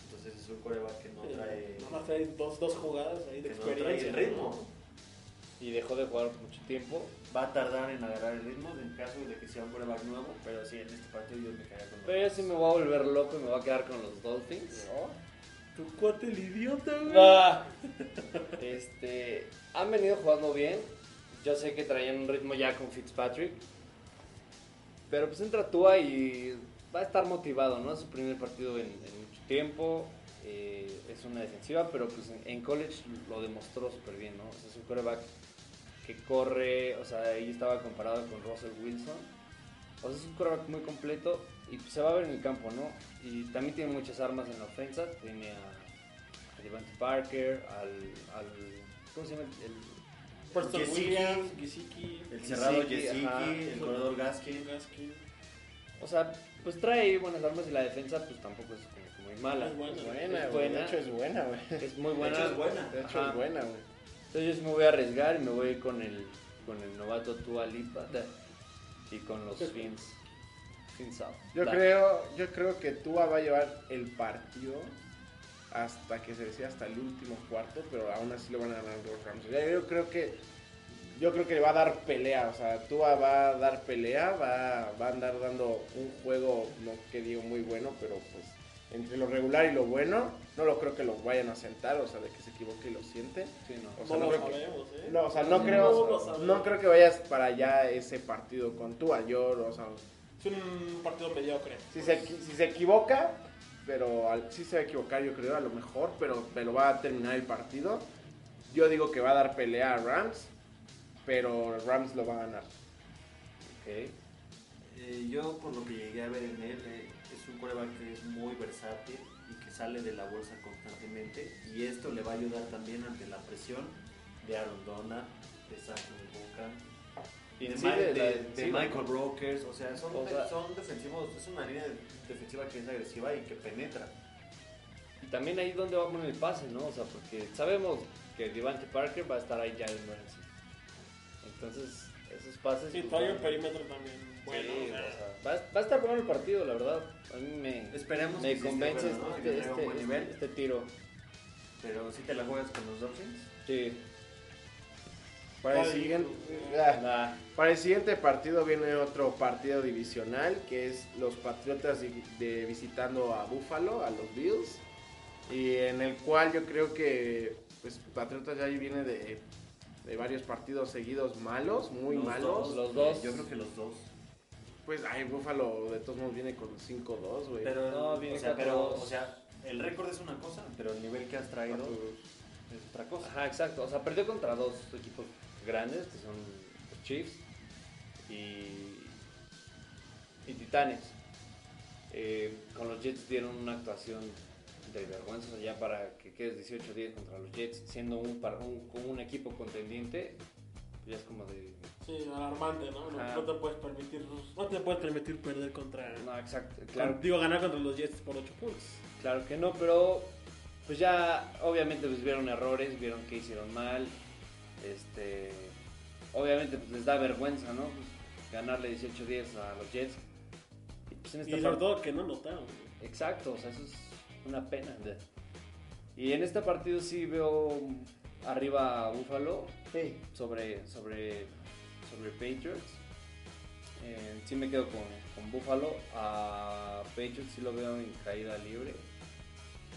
Speaker 4: Entonces es un coreback que no trae,
Speaker 2: Nada más trae dos, dos jugadas ahí de
Speaker 4: que no trae
Speaker 2: experiencia.
Speaker 4: el
Speaker 2: ¿no?
Speaker 4: ritmo.
Speaker 3: Y dejó de jugar por mucho tiempo.
Speaker 4: Va a tardar en agarrar el ritmo en caso de que sea un coreback nuevo. Pero sí, en este partido yo me caía con los
Speaker 3: Pero yo sí me voy a volver loco y me voy a quedar con los Dolphins.
Speaker 2: Tu cuate el idiota, güey.
Speaker 5: Ah,
Speaker 3: Este, han venido jugando bien. Yo sé que traían un ritmo ya con Fitzpatrick. Pero pues entra Tua y va a estar motivado, ¿no? Es su primer partido en, en mucho tiempo. eh, es una defensiva, pero pues en, en college lo demostró súper bien, ¿no? O sea, es un quarterback que corre, o sea, ahí estaba comparado con Russell Wilson. O sea, es un quarterback muy completo y pues, se va a ver en el campo, ¿no? Y también tiene muchas armas en la ofensa. Tiene a, a Devante Parker, al, al... ¿Cómo se llama? El,
Speaker 2: Preston
Speaker 4: Gesicki.
Speaker 2: Williams, Gesicki,
Speaker 4: El cerrado
Speaker 3: Gesicki, ajá.
Speaker 4: Yesiki, el corredor Gaskin.
Speaker 2: Gaskin.
Speaker 3: o sea, pues trae ahí buenas armas y la defensa pues tampoco es como que muy mala.
Speaker 2: Es buena.
Speaker 5: Es buena,
Speaker 3: Es
Speaker 5: güey.
Speaker 3: buena.
Speaker 5: De hecho, es buena, güey.
Speaker 3: Es muy
Speaker 4: De
Speaker 3: buena.
Speaker 4: hecho es buena.
Speaker 5: De hecho,
Speaker 3: Ajá.
Speaker 5: es buena, güey.
Speaker 3: Entonces yo sí me voy a arriesgar y me voy a ir con el, con el novato Tua Lipa da, y con los Fins. Fins out.
Speaker 5: Yo
Speaker 3: Da.
Speaker 5: creo, yo creo que Tua va a llevar el partido hasta que se decía hasta el último cuarto, pero aún así lo van a ganar los Rams. O sea, yo creo que yo creo que le va a dar pelea, o sea, Tua va a dar pelea, va, va a andar dando un juego, no que digo muy bueno, pero pues entre lo regular y lo bueno, no lo creo que lo vayan a sentar, o sea, de que se equivoque y lo siente.
Speaker 3: Sí, no.
Speaker 5: O sea,
Speaker 2: No
Speaker 5: no
Speaker 2: lo
Speaker 5: creo que-
Speaker 2: sabemos, ¿eh?
Speaker 5: No, o sea, no
Speaker 3: No
Speaker 2: lo
Speaker 5: creo,
Speaker 2: sabemos.
Speaker 5: no creo que vayas para allá ese partido con Tua. Yo, o sea,
Speaker 2: Es un partido mediocre.
Speaker 5: si se, equi- si se equivoca, pero al, sí se va a equivocar, yo creo, a lo mejor, pero, pero va a terminar el partido. Yo digo que va a dar pelea a Rams, pero Rams lo va a ganar.
Speaker 3: Ok.
Speaker 4: Eh, yo por lo que llegué a ver en él, eh, es un coreback que es muy versátil y que sale de la bolsa constantemente y esto le va a ayudar también ante la presión de Aaron Donald, de Samuel Buchan,
Speaker 3: Y
Speaker 4: de,
Speaker 3: sí,
Speaker 4: Mi-
Speaker 3: de
Speaker 4: de-
Speaker 3: la-
Speaker 4: de
Speaker 3: sí, la-
Speaker 4: Michael Brokers, o sea, son,
Speaker 3: O
Speaker 4: de-
Speaker 3: sea-
Speaker 4: son defensivos, es una línea de- defensiva que es agresiva y que penetra.
Speaker 3: Y también ahí es donde va a poner el pase, ¿no? O sea, porque sabemos que Devante Parker va a estar ahí ya en Ramsey. Entonces, esos pases.
Speaker 2: Sí,
Speaker 3: pues,
Speaker 2: trae
Speaker 3: van-
Speaker 2: un perímetro también. Bueno,
Speaker 3: Sí,
Speaker 2: o sea,
Speaker 3: o sea, va, a- va a estar bueno el partido, la verdad. A mí me,
Speaker 4: Esperemos que
Speaker 3: me
Speaker 4: sí esté
Speaker 3: convence
Speaker 4: bueno, ¿no? Y que
Speaker 3: este,
Speaker 4: tenga un
Speaker 3: este,
Speaker 4: buen nivel.
Speaker 3: este tiro.
Speaker 4: Pero si te la juegas con los Dolphins,
Speaker 3: Sí,
Speaker 5: Para el,
Speaker 2: Ay,
Speaker 5: siguiente,
Speaker 2: no.
Speaker 5: Ah,
Speaker 3: nah,
Speaker 5: para el siguiente partido viene otro partido divisional que es los Patriotas de, de- visitando a Buffalo, a los Bills. Y en el cual yo creo que pues Patriotas ya ahí viene de, de varios partidos seguidos malos, muy
Speaker 4: los
Speaker 5: malos.
Speaker 4: dos,
Speaker 3: los dos.
Speaker 4: Yo creo que los dos.
Speaker 5: Pues ay, Buffalo de todos modos viene con 5-2, güey.
Speaker 4: Pero,
Speaker 3: No, viene
Speaker 4: o sea,
Speaker 3: cuatro
Speaker 4: pero,
Speaker 3: dos.
Speaker 4: o sea, el récord es una cosa, pero el nivel que has traído es otra cosa.
Speaker 3: Ajá, exacto. O sea, perdió contra dos equipos grandes, que son los Chiefs y, y Titanes. Eh, con los Jets dieron una actuación de vergüenza o sea, ya para que quedes 18-10 contra los Jets, siendo un, par- un, como un equipo contendiente, ya es como de...
Speaker 2: sí, alarmante, ¿no? No,
Speaker 5: Ah.
Speaker 3: Ajá.
Speaker 2: no te puedes permitir, no te puedes permitir perder contra.
Speaker 5: Ah,
Speaker 3: No, exacto, claro,
Speaker 2: Digo, ganar contra los Jets por 8 puntos.
Speaker 3: claro que no, pero pues ya obviamente pues, vieron errores, vieron que hicieron mal, este obviamente pues les da vergüenza, ¿no? Pues, ganarle 18-10 a los Jets. Y, pues, en esta
Speaker 2: Y
Speaker 3: parte-
Speaker 2: sobre todo que no notaron. güey.
Speaker 3: Exacto, o sea, eso es una pena. Y en este partido sí veo arriba a Buffalo sobre, sobre, sobre Patriots. Eh, sí me quedo con, con Buffalo. A Patriots sí lo veo en caída libre.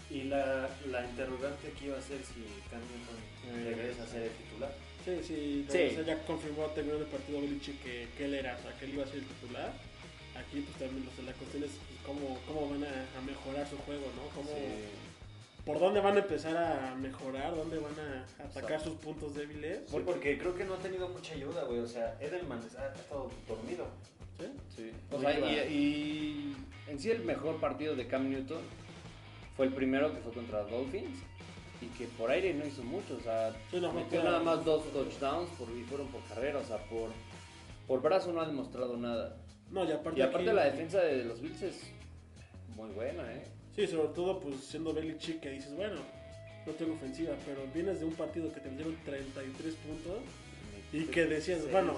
Speaker 4: Y la, la interrogante aquí va a ser si Cam Newton regresa a ser el titular.
Speaker 2: Sí, sí,
Speaker 3: Sí.
Speaker 2: o sea, ya confirmó terminando el partido Belichick que, que él era, o sea, que él iba a ser el titular. Aquí pues también o sea, la cuestión es pues, cómo, cómo van a, a mejorar su juego, ¿no? Cómo,
Speaker 3: Sí.
Speaker 2: ¿Por dónde van a empezar a mejorar? ¿Dónde van a atacar
Speaker 3: Exacto.
Speaker 2: sus puntos débiles?
Speaker 4: Sí, porque creo que no ha tenido mucha ayuda, güey. O sea, Edelman ha, ha estado dormido.
Speaker 2: ¿Sí?
Speaker 3: O sea, y, y en sí el mejor partido de Cam Newton fue el primero que fue contra Dolphins y que por aire no hizo mucho, o sea,
Speaker 2: Sí, no,
Speaker 3: metió
Speaker 2: fue-
Speaker 3: nada más dos touchdowns por, y fueron por carrera, o sea, por, por brazo no ha demostrado nada.
Speaker 2: No, y aparte,
Speaker 3: Y aparte
Speaker 2: aquí-
Speaker 3: la defensa de los Bills es muy buena, ¿eh?
Speaker 2: Sí, sobre todo pues siendo Belichick que dices, bueno, no tengo ofensiva, pero vienes de un partido que te metieron 33 puntos y que decías,
Speaker 3: Sí.
Speaker 2: bueno,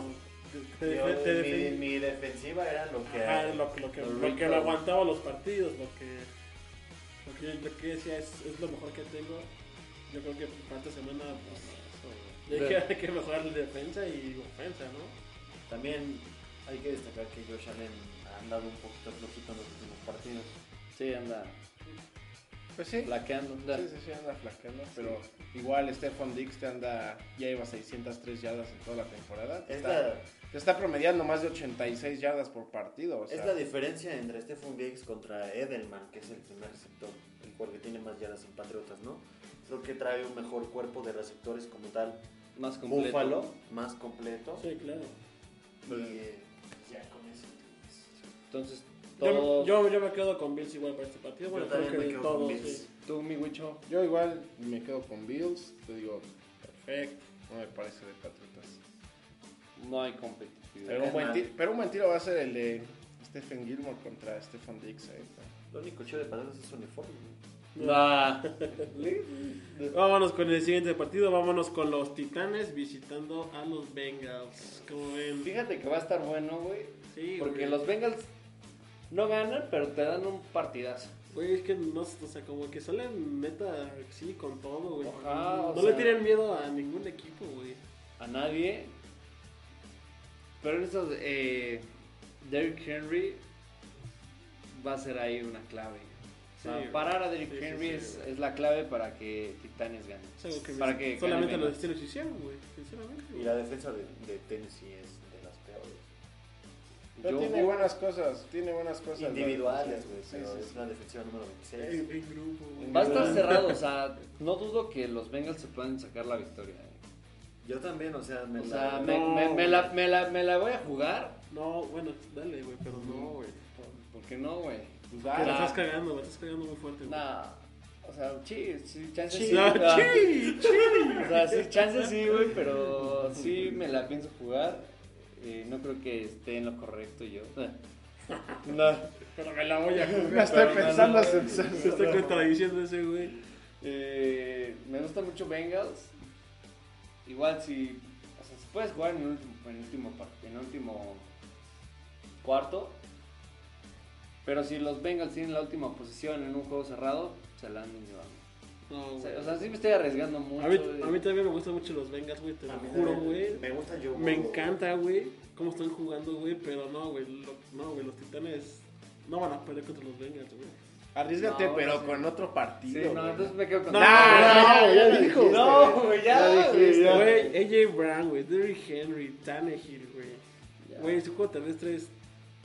Speaker 2: te,
Speaker 4: Yo-
Speaker 2: defen- te
Speaker 4: mi,
Speaker 2: defen-
Speaker 4: mi defensiva era lo que.
Speaker 2: Ajá, lo, que- lo que,
Speaker 3: Lo
Speaker 2: lo que
Speaker 3: rico.
Speaker 2: lo aguantaba los partidos, lo que, lo que, lo que decía es, es lo mejor que tengo. Yo creo que para esta semana pues, hay, que, hay que mejorar la defensa y ofensa, ¿no?
Speaker 4: También hay que destacar que Josh Allen ha andado un poquito flojito en los últimos partidos.
Speaker 3: Sí, anda
Speaker 5: Pues sí.
Speaker 3: flaqueando. anda.
Speaker 5: Sí, sí, sí, anda flaqueando, pero igual Stephon Dix te anda, ya lleva 603 yardas en toda la temporada. Te
Speaker 4: Es
Speaker 5: está,
Speaker 4: la,
Speaker 5: te está promediando más de 86 yardas por partido. o sea,
Speaker 4: es la diferencia entre Stephen Diggs contra Edelman, que es el primer receptor, el cual que tiene más yardas en Patriotas, ¿no? Creo que trae un mejor cuerpo de receptores como tal.
Speaker 3: Más completo.
Speaker 4: Búfalo, más completo.
Speaker 2: Sí, claro.
Speaker 4: Y eh, ya con eso. pues,
Speaker 3: Entonces,
Speaker 2: Yo,
Speaker 3: todo...
Speaker 2: yo, yo me quedo con Bills igual para este partido. Bueno,
Speaker 4: Yo
Speaker 2: creo
Speaker 4: también
Speaker 2: que
Speaker 4: me
Speaker 2: de
Speaker 4: quedo con
Speaker 2: todos.
Speaker 4: Bills.
Speaker 2: sí.
Speaker 3: Tú, mi Wicho.
Speaker 5: Yo igual me quedo con Bills, te digo,
Speaker 2: Perfecto.
Speaker 5: no me parece de Patriotas.
Speaker 3: No hay competitividad.
Speaker 5: Pero un, buen ti- pero un buen tiro va a ser el de Stephen Gilmore contra eh. Stephen Dix. ahí, ¿no?
Speaker 4: Lo único chido de Patriotas es su uniforme. ¿no?
Speaker 3: Nah.
Speaker 2: Vámonos con el siguiente partido. Vámonos con los Titanes visitando a los Bengals. Como ven.
Speaker 3: Fíjate que va a estar bueno, güey.
Speaker 2: Sí,
Speaker 3: Porque
Speaker 2: güey.
Speaker 3: los Bengals no ganan, pero te dan un partidazo.
Speaker 2: Güey, es que no, o sea, como que salen neta, sí, con todo, güey.
Speaker 3: Ajá, o
Speaker 2: no
Speaker 3: sea-
Speaker 2: le tienen miedo a ningún equipo, güey.
Speaker 3: A nadie. Pero en estos, eh, Derrick Henry va a ser ahí una clave. O sea,
Speaker 2: Sí, güey.
Speaker 3: parar a Derrick
Speaker 2: Sí, sí,
Speaker 3: Henry
Speaker 2: sí,
Speaker 3: es,
Speaker 2: güey.
Speaker 3: es la clave para que Titanes gane.
Speaker 2: Es algo que
Speaker 3: para
Speaker 2: me-
Speaker 3: que
Speaker 2: solamente
Speaker 3: gane
Speaker 2: los
Speaker 3: Bengals.
Speaker 2: estilos hicieron, güey. Sinceramente.
Speaker 4: Y
Speaker 2: güey.
Speaker 4: la defensa de, de Tennessee es de las peores.
Speaker 5: Pero
Speaker 3: Yo-
Speaker 5: tiene buenas cosas, tiene buenas cosas. ¿no?
Speaker 4: Individuales, güey.
Speaker 5: Sí,
Speaker 4: pero
Speaker 5: sí,
Speaker 4: es
Speaker 5: sí.
Speaker 4: la defensiva número 26.
Speaker 2: En, en grupo, güey.
Speaker 3: Va a estar cerrado, o sea, no dudo que los Bengals se puedan sacar la victoria. eh.
Speaker 4: Yo también, o sea, me
Speaker 3: O
Speaker 4: la-
Speaker 3: sea, me,
Speaker 2: No,
Speaker 3: me- me
Speaker 2: güey.
Speaker 3: la, me, la, me la voy a jugar.
Speaker 2: No, bueno, dale, güey, pero no, güey.
Speaker 3: ¿Por qué no, güey?
Speaker 5: Pues
Speaker 2: Te la
Speaker 5: dale.
Speaker 3: Ah.
Speaker 2: estás cagando, güey, estás cagando muy fuerte, güey.
Speaker 3: Nah. O sea, sí, sí, chance
Speaker 2: Sí,
Speaker 3: sí. ah.
Speaker 2: no,
Speaker 3: o sea,
Speaker 2: sí, sí.
Speaker 3: O sea, sí, chance sí, güey, pero sí me la pienso jugar. Eh, no creo que esté en lo correcto yo. No,
Speaker 2: Pero me la voy a
Speaker 5: No
Speaker 2: jugar.
Speaker 5: estoy pensando
Speaker 3: no,
Speaker 5: en ser-
Speaker 2: Se está contradiciendo ese, güey.
Speaker 3: eh, me gusta mucho Bengals. Igual si, o sea, si puedes jugar en el último, en el último, par- en el último cuarto. Pero si los Bengals tienen la última posición en un juego cerrado, se la han llevado.
Speaker 2: No,
Speaker 3: O
Speaker 2: güey.
Speaker 3: sea, o sea, sí me estoy arriesgando mucho. Este,
Speaker 2: A mí,
Speaker 3: güey.
Speaker 2: a mí también me gustan mucho los Bengals, güey, te lo
Speaker 4: A mí
Speaker 2: juro,
Speaker 4: también.
Speaker 2: güey.
Speaker 4: Me gusta yo.
Speaker 2: Me encanta, güey, cómo están jugando, güey, pero no, güey, lo- no, güey, los Titanes no van a perder contra los Bengals, güey.
Speaker 5: Arriesgate,
Speaker 3: No,
Speaker 5: pero
Speaker 3: sí.
Speaker 5: con otro
Speaker 3: Sí,
Speaker 5: partido.
Speaker 3: no,
Speaker 5: güey.
Speaker 3: entonces me quedo con...
Speaker 2: No,
Speaker 5: Ah,
Speaker 2: no,
Speaker 5: no, ya dijo.
Speaker 3: No, güey, ya,
Speaker 5: dijiste,
Speaker 3: güey.
Speaker 2: Güey, AJ Brown, güey, Derrick Henry, Tannehill, güey. Güey, su juego terrestre es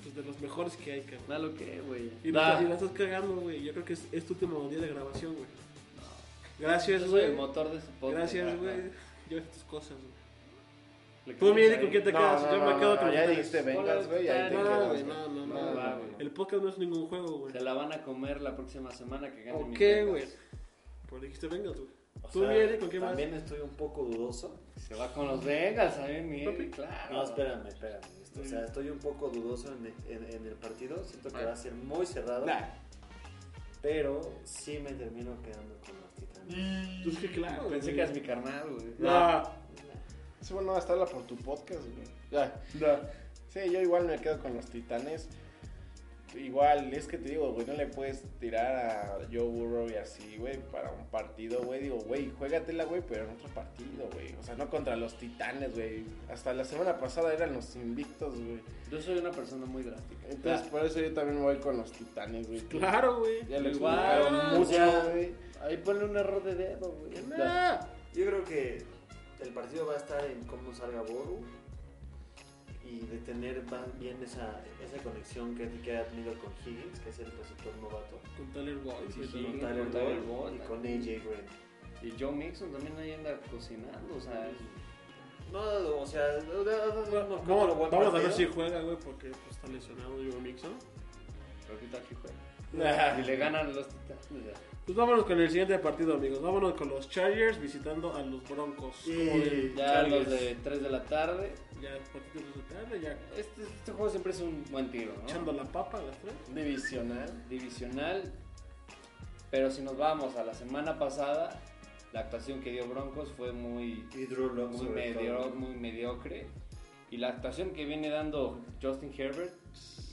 Speaker 2: pues, de los mejores que hay, cabrón.
Speaker 3: Malo que, güey.
Speaker 2: Y
Speaker 3: Nah.
Speaker 2: la, y la estás cagando, güey. Yo creo que es, es tu último día de grabación, güey.
Speaker 3: Yo
Speaker 2: Gracias,
Speaker 3: soy
Speaker 2: güey.
Speaker 3: el motor de su podcast.
Speaker 2: Gracias, güey. Yo tus cosas, güey.
Speaker 3: Le
Speaker 2: Tú
Speaker 3: cambias
Speaker 2: mire
Speaker 3: ahí.
Speaker 2: con qué te
Speaker 5: No,
Speaker 2: quedas.
Speaker 5: no,
Speaker 2: Yo
Speaker 5: no,
Speaker 2: me quedo
Speaker 5: no,
Speaker 2: con
Speaker 5: ya
Speaker 2: ustedes.
Speaker 5: dijiste Bengals, güey, ahí te
Speaker 2: No,
Speaker 5: quedas,
Speaker 2: güey,
Speaker 5: güey.
Speaker 2: no, no,
Speaker 3: No,
Speaker 2: no.
Speaker 3: va,
Speaker 2: güey.
Speaker 3: güey.
Speaker 2: El podcast no es ningún juego, güey.
Speaker 3: Se la van a comer la próxima semana que gane
Speaker 2: ¿O
Speaker 3: mi
Speaker 2: qué,
Speaker 3: Vegas.
Speaker 2: güey? Pues dijiste venga, tú.
Speaker 4: O
Speaker 2: Tú
Speaker 4: sea,
Speaker 2: viene con qué más.
Speaker 4: También estoy un poco dudoso.
Speaker 3: Se va con los Vegas, ¿sabes? Miguel?
Speaker 2: Papi.
Speaker 3: Claro.
Speaker 4: No, espérame, espérame. O sea, estoy un poco dudoso en, en- en el partido. Siento que va a ser muy cerrado. Pero sí me termino quedando con los titanes.
Speaker 2: Tú es que claro.
Speaker 3: Pensé que eras mi carnal, güey.
Speaker 2: No.
Speaker 5: Sí, bueno, va a estarla por tu podcast, güey. Ya. Sí, yo igual me quedo con los titanes. Igual, es que te digo, güey, no le puedes tirar a Joe Burrow y así, güey, para un partido, güey. Digo, güey, juégatela, güey, pero en otro partido, güey. O sea, no contra los titanes, güey. Hasta la semana pasada eran los invictos, güey.
Speaker 3: Yo soy una persona muy drástica.
Speaker 5: Entonces,
Speaker 2: Ah.
Speaker 5: por eso yo también me voy con los titanes, güey.
Speaker 2: Claro, güey.
Speaker 5: Ya lo
Speaker 3: Igual,
Speaker 5: explicaron
Speaker 3: ya.
Speaker 5: mucho, güey.
Speaker 3: pues, Ahí ponle un error de dedo, güey.
Speaker 4: Yo creo que el partido va a estar en cómo salga Boru y de tener más bien esa, esa conexión que, que ha tenido con Higgins, que es el receptor novato.
Speaker 2: Con Tyler Boyd,
Speaker 3: Sí,
Speaker 2: güey.
Speaker 3: sí.
Speaker 4: con
Speaker 3: Higgins,
Speaker 4: Tyler
Speaker 3: con Tyler
Speaker 4: Boyd y
Speaker 3: Boyd.
Speaker 4: con AJ Green.
Speaker 3: Y Joe Mixon también ahí anda cocinando, o sea.
Speaker 4: No, o sea, no, no, no, no,
Speaker 2: Vamos,
Speaker 4: otro buen
Speaker 2: vamos a ver si
Speaker 4: partido.
Speaker 2: juega, güey, porque pues, está lesionado Joe Mixon.
Speaker 3: Pero qué tal que juega.
Speaker 5: Nah.
Speaker 3: Y le ganan los titanes. ya.
Speaker 2: Pues vámonos con el siguiente partido, amigos. Vámonos con los Chargers visitando a los Broncos.
Speaker 4: Sí.
Speaker 2: Como ven,
Speaker 3: Ya
Speaker 4: Chargers.
Speaker 3: los de 3 de la tarde.
Speaker 2: Ya es partido de la tarde, ya
Speaker 3: Este, este juego siempre es un buen tiro, ¿no?
Speaker 2: echando la papa a las tres.
Speaker 5: Divisional.
Speaker 3: divisional. Pero si nos vamos a la semana pasada, la actuación que dio Broncos fue muy,
Speaker 4: Y Drew Lock
Speaker 3: muy,
Speaker 4: sobre todo.
Speaker 3: medio- muy mediocre. Y la actuación que viene dando Justin Herbert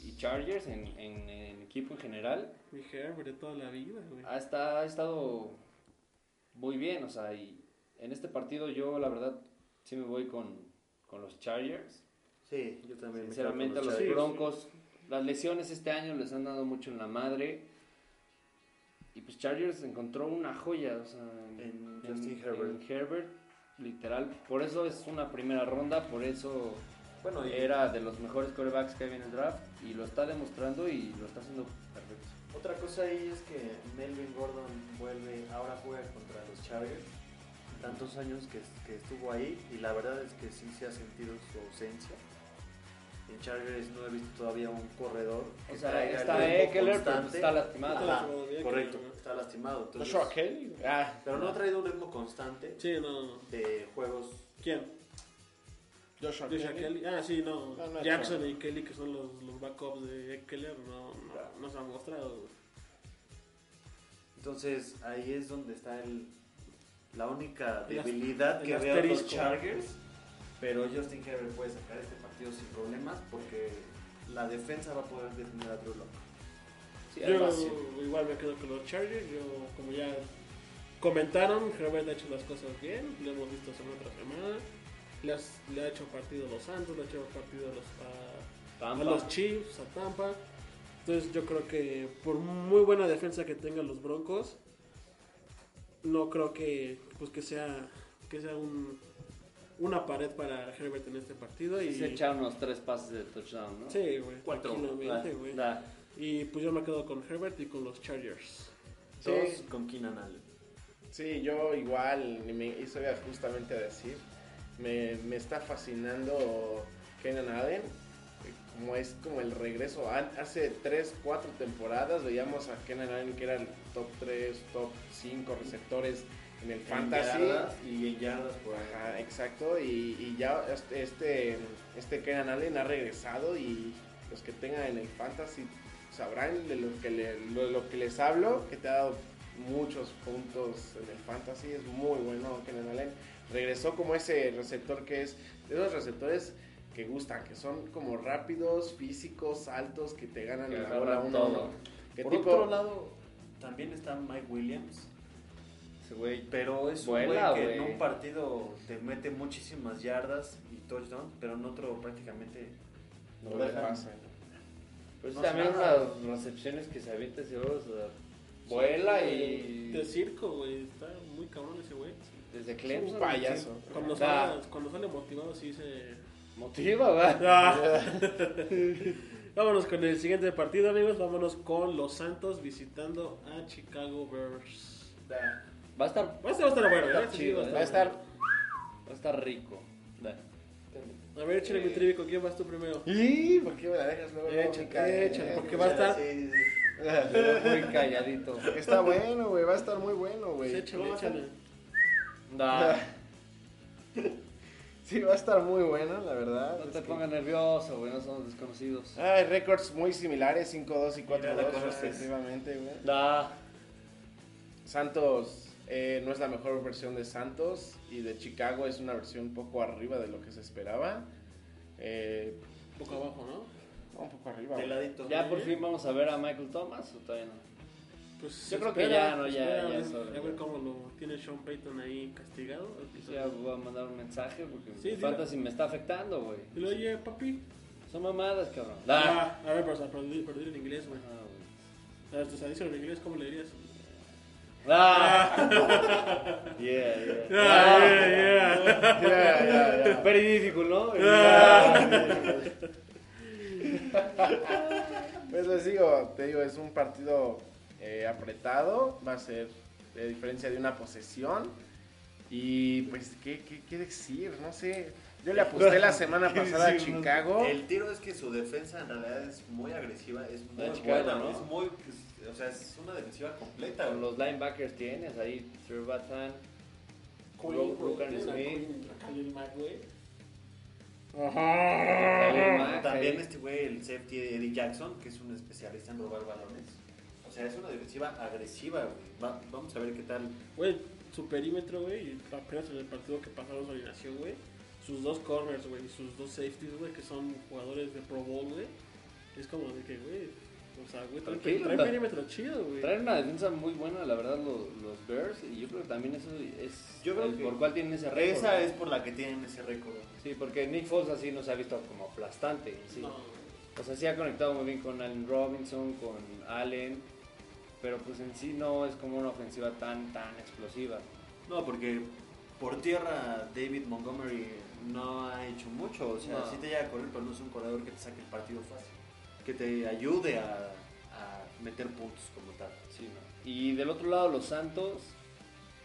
Speaker 3: y Chargers en, en- en equipo en general
Speaker 2: Mi Herbert de toda la vida, güey.
Speaker 3: ha, esta- ha estado muy bien. O sea, y en este partido yo la verdad sí me voy con, con los Chargers.
Speaker 4: Sí, yo también. me quedo con
Speaker 3: Sinceramente, a los
Speaker 4: Chargers.
Speaker 3: Broncos, las lesiones este año les han dado mucho en la madre. Y pues Chargers encontró una joya, o sea,
Speaker 4: En Justin Herbert.
Speaker 3: en Herbert, literal. Por eso es una primera ronda, por eso
Speaker 4: Bueno, y-
Speaker 3: era de los mejores corebacks que había en el draft. Y lo está demostrando y lo está haciendo perfecto.
Speaker 4: Otra cosa ahí es que Melvin Gordon vuelve, ahora juega contra los Chargers. Tantos años que, que estuvo ahí y la verdad es que sí se ha sentido su ausencia. En Chargers no he visto todavía un corredor.
Speaker 3: O
Speaker 4: que
Speaker 3: sea,
Speaker 4: traiga el
Speaker 3: está
Speaker 4: ritmo
Speaker 3: Eckler, pero pues
Speaker 4: constante.
Speaker 3: está lastimado. Pues,
Speaker 4: Ajá,
Speaker 2: Todavía que-
Speaker 4: correcto, está lastimado. entonces-
Speaker 5: Joshua Kelly. Ah,
Speaker 4: pero no ha traído un ritmo constante
Speaker 2: Sí, no, no.
Speaker 4: de juegos.
Speaker 2: ¿Quién?
Speaker 5: Joshua
Speaker 2: Joshua
Speaker 5: Kelly.
Speaker 2: Kelly. Ah, sí, no.
Speaker 5: No, no,
Speaker 2: Jackson
Speaker 5: claro.
Speaker 2: y Kelly, que son los, los backups de Keller, no, no, no se han mostrado, güey.
Speaker 4: Entonces ahí es donde está el, la única
Speaker 2: El as-
Speaker 4: debilidad
Speaker 2: el
Speaker 4: que veo en los
Speaker 2: asterisco.
Speaker 4: Chargers. Pero Justin Herbert puede sacar este partido sin problemas porque la defensa va a poder detener a Drew Lock.
Speaker 3: Sí,
Speaker 2: Yo
Speaker 3: además,
Speaker 2: igual me quedo con los Chargers. Yo, como ya comentaron, Herbert ha hecho las cosas bien. Lo hemos visto semana tras semana. Le, has- le ha hecho partido a los Santos, le ha hecho partido a los, a- a,
Speaker 3: Tampa.
Speaker 2: los Chiefs, a Tampa. Entonces, yo creo que por muy buena defensa que tengan los Broncos, no creo que, pues, que sea, que sea un- una pared para Herbert en este partido. Y,
Speaker 3: se echaron unos tres pases de touchdown, ¿no?
Speaker 2: Sí, güey,
Speaker 3: Cuatro. Ah,
Speaker 2: tranquilamente,
Speaker 3: Da-
Speaker 2: güey.
Speaker 3: da.
Speaker 2: Y pues yo me quedo con Herbert y con los Chargers.
Speaker 5: Sí.
Speaker 4: Dos con Keenan Allen.
Speaker 5: Sí, yo igual me iba justamente a decir Me, me está fascinando Kenan Allen. Como es como el regreso. An- Hace 3, 4 temporadas veíamos a Kenan Allen que era el top 3, top 5 receptores en el Fantasy.
Speaker 4: En yardas y en yardas por ahí.
Speaker 5: Ajá, exacto. Y, y ya este, este, este Keenan Allen ha regresado y los que tengan en el fantasy sabrán de lo que, le- lo, lo que les hablo, que te ha dado muchos puntos en el fantasy. Es muy bueno Keenan Allen. Regresó como ese receptor que es de esos receptores que gustan, que son como rápidos, físicos, altos, que te ganan
Speaker 3: Que
Speaker 5: la
Speaker 3: agarran
Speaker 5: bola uno a
Speaker 3: todo.
Speaker 5: uno. ¿Qué
Speaker 4: Por
Speaker 5: tipo?
Speaker 4: otro lado, también está Mike Williams.
Speaker 3: Ese güey.
Speaker 4: Pero es
Speaker 3: Vuela,
Speaker 4: un güey que
Speaker 3: güey.
Speaker 4: en un partido te mete muchísimas yardas y touchdown, pero en otro prácticamente
Speaker 5: No
Speaker 4: lo
Speaker 5: le
Speaker 4: dejan.
Speaker 5: pasa.
Speaker 3: Pues
Speaker 4: No
Speaker 3: también
Speaker 4: sé nada.
Speaker 3: las recepciones que se avienta ese güey, o sea, vuela y.
Speaker 2: De circo, güey. Está muy cabrón ese güey.
Speaker 3: Desde
Speaker 5: Es
Speaker 3: Clemson.
Speaker 5: un payaso.
Speaker 2: Cuando,
Speaker 3: Da.
Speaker 2: sale, cuando sale motivado, sí se.
Speaker 3: sí. Motiva, va.
Speaker 2: Ah. Vámonos con el siguiente partido, amigos. Vámonos con los Santos visitando a Chicago Bears.
Speaker 3: Va a estar,
Speaker 2: Va a estar, va a estar bueno,
Speaker 3: Está
Speaker 2: ¿eh? Sí,
Speaker 3: chido,
Speaker 5: Va a estar
Speaker 3: va a estar rico. Da.
Speaker 2: bueno. A ver, échale mi trivi, ¿con quién vas tú primero?
Speaker 5: ¿Y por qué me la dejas luego? Eh, luego,
Speaker 2: Échale,
Speaker 5: chica?
Speaker 2: échale, porque va a estar.
Speaker 4: Sí, sí, sí.
Speaker 3: Pero Muy calladito.
Speaker 5: Está bueno, güey, va a estar muy bueno,
Speaker 2: Pues
Speaker 5: güey.
Speaker 2: échale, échale.
Speaker 3: Da.
Speaker 5: Sí, va a estar muy bueno, la verdad.
Speaker 3: No
Speaker 5: Es
Speaker 3: te
Speaker 5: que-
Speaker 3: pongas nervioso, güey, no somos desconocidos.
Speaker 5: Ah, hay récords muy similares, 5-2 y 4-2
Speaker 4: cosa es-
Speaker 5: respectivamente, güey.
Speaker 3: Da.
Speaker 5: Santos eh, no es la mejor versión de Santos y de Chicago es una versión un poco arriba de lo que se esperaba. Eh,
Speaker 2: Un poco abajo, ¿no?
Speaker 5: no, un poco arriba.
Speaker 4: De
Speaker 5: güey.
Speaker 4: ladito.
Speaker 3: ¿Ya por fin vamos a ver a Michael Thomas o todavía no?
Speaker 2: Pues
Speaker 3: Yo creo que
Speaker 2: espera,
Speaker 3: ya, no, ya,
Speaker 2: espera,
Speaker 3: ya,
Speaker 2: a ver-
Speaker 3: eso,
Speaker 2: A ver
Speaker 3: ya.
Speaker 2: cómo lo tiene Sean Payton ahí castigado.
Speaker 3: Ya voy a mandar un mensaje porque
Speaker 2: Sí,
Speaker 3: mi
Speaker 2: dilo.
Speaker 3: fantasy me está afectando, güey.
Speaker 2: Y lo oye, papi.
Speaker 3: Son mamadas, cabrón. Da.
Speaker 2: Ah, a ver, pero aprendí, aprendí en inglés, güey.
Speaker 3: Ah, güey.
Speaker 2: A ver, tus anuncios en inglés, ¿cómo le dirías?
Speaker 3: Da.
Speaker 4: Yeah, yeah.
Speaker 2: Ah, yeah, yeah.
Speaker 5: Ya, ya, ya.
Speaker 3: Very difficult, ¿no?
Speaker 4: Ah.
Speaker 5: Pues les digo, te digo, es un partido eh, apretado, va a ser de diferencia de una posesión. Y pues, ¿qué, qué, qué decir? No sé. Yo le aposté la semana
Speaker 3: ¿Qué
Speaker 5: pasada a
Speaker 3: decir? No sé.
Speaker 5: Chicago.
Speaker 4: El tiro es que su defensa en realidad es muy agresiva, es muy
Speaker 3: La Chicago,
Speaker 4: buena,
Speaker 3: ¿no?
Speaker 4: es muy, es- o sea, es una defensiva completa.
Speaker 3: Con
Speaker 4: güey.
Speaker 3: los linebackers tienes ahí, Sir Batan.
Speaker 2: Queen, güey,
Speaker 3: Lucan
Speaker 2: tiene a
Speaker 3: Smith.
Speaker 2: Queen, a Khalil Mack, güey.
Speaker 3: Khalil Mack,
Speaker 4: También
Speaker 3: ahí.
Speaker 4: este güey, el safety Eddie Jackson, que es un especialista en robar balones. O sea, es una defensiva agresiva, güey. Va- vamos a ver qué tal.
Speaker 2: Güey, su perímetro, güey, y apenas en el partido que pasaron su alineación, güey. Sus dos corners, güey, y sus dos safeties, güey, que son jugadores de Pro Bowl, güey. Es como de que, güey, o sea, güey, trae,
Speaker 3: Tranquilo,
Speaker 2: trae
Speaker 3: tra-
Speaker 2: perímetro chido, güey.
Speaker 3: Traen una defensa muy buena, la verdad, los, los Bears. Y yo creo que también eso es
Speaker 4: Yo creo
Speaker 3: el
Speaker 4: que
Speaker 3: por cuál tienen ese récord.
Speaker 4: Esa es por la que tienen ese récord. güey.
Speaker 3: Sí, porque Nick Foles así nos ha visto como aplastante. Sí.
Speaker 2: No,
Speaker 3: O sea, sí ha conectado muy bien con Allen Robinson, con Allen. Pero pues en sí no es como una ofensiva tan, tan explosiva.
Speaker 4: No, porque por tierra David Montgomery no ha hecho mucho. O sea,
Speaker 3: No.
Speaker 4: sí te llega a correr, pero no es un corredor que te saque el partido fácil. Que te ayude a, a meter puntos como tal.
Speaker 3: Sí, ¿no? Y del otro lado, los Santos,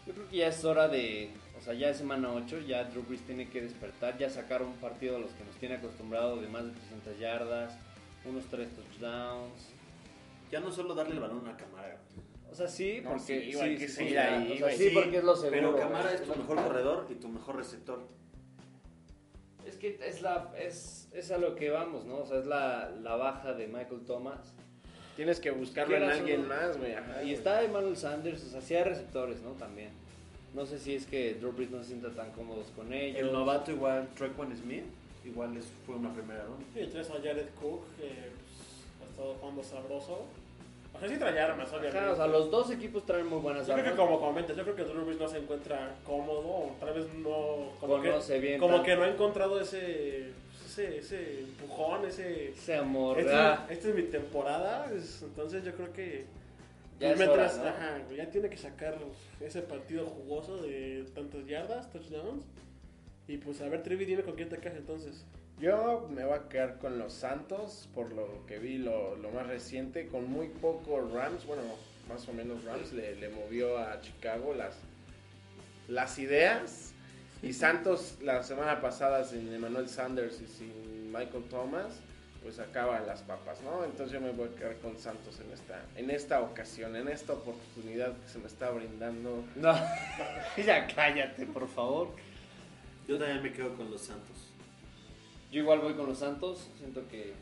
Speaker 3: yo creo que ya es hora de, o sea, ya es semana 8, ya Drew Brees tiene que despertar, ya sacar un partido de los que nos tiene acostumbrado de más de 300 yardas, unos 3 touchdowns.
Speaker 4: Ya no solo darle el balón a Camara.
Speaker 3: O sea, sí,
Speaker 5: No,
Speaker 3: porque
Speaker 5: sí, güey, que sí,
Speaker 3: o sea,
Speaker 5: ahí,
Speaker 3: o sea,
Speaker 5: güey,
Speaker 3: sí, porque es lo seguro.
Speaker 4: Pero
Speaker 3: güey.
Speaker 4: Camara es tu mejor corredor y tu mejor receptor.
Speaker 3: Es que es la es, es a lo que vamos, ¿no? O sea, es la, la baja de Michael Thomas.
Speaker 5: Tienes que buscarlo en
Speaker 3: Quieras o
Speaker 5: alguien
Speaker 3: no.
Speaker 5: más, güey. ajá,
Speaker 3: Y
Speaker 5: güey.
Speaker 3: está Emmanuel Sanders, o sea, sí hay receptores, ¿no? También. No sé si es que Drew Brees no se sienta tan cómodos con ellos.
Speaker 4: El novato igual, Trequan Smith, igual es- fue una primera ronda.
Speaker 2: y traes a Jared Cook, que pues, ha estado jugando sabroso. O sea, sí trae armas, obviamente.
Speaker 3: Ajá, o sea, los dos equipos traen muy buenas
Speaker 2: Yo creo que
Speaker 3: armas.
Speaker 2: como comentas, yo creo que Drew Brees no se encuentra cómodo, o tal vez no... Como
Speaker 3: Conoce
Speaker 2: que,
Speaker 3: bien
Speaker 2: Como
Speaker 3: tal-
Speaker 2: que no ha encontrado ese, pues, ese, ese empujón, ese...
Speaker 3: Ese amor, ah,
Speaker 2: Esta es, esta es mi temporada, es- entonces yo creo que
Speaker 3: ya es
Speaker 2: mientras-
Speaker 3: hora, ¿no?
Speaker 2: ajá, güey, ya tiene que sacar ese partido jugoso de tantas yardas, touchdowns. Y pues a ver, Trivi, dime con quién te caes entonces.
Speaker 5: Yo me voy a quedar con los Santos, por lo que vi lo, lo más reciente, con muy poco Rams, bueno, más o menos Rams, le, le movió a Chicago las, las ideas. Y Santos la semana pasada sin Emmanuel Sanders y sin Michael Thomas, pues acaba las papas, ¿no? Entonces yo me voy a quedar con Santos en esta, en esta ocasión, en esta oportunidad que se me está brindando.
Speaker 3: No, ya cállate, por favor.
Speaker 4: Yo también me quedo con los Santos.
Speaker 3: Yo igual voy con los Santos, siento que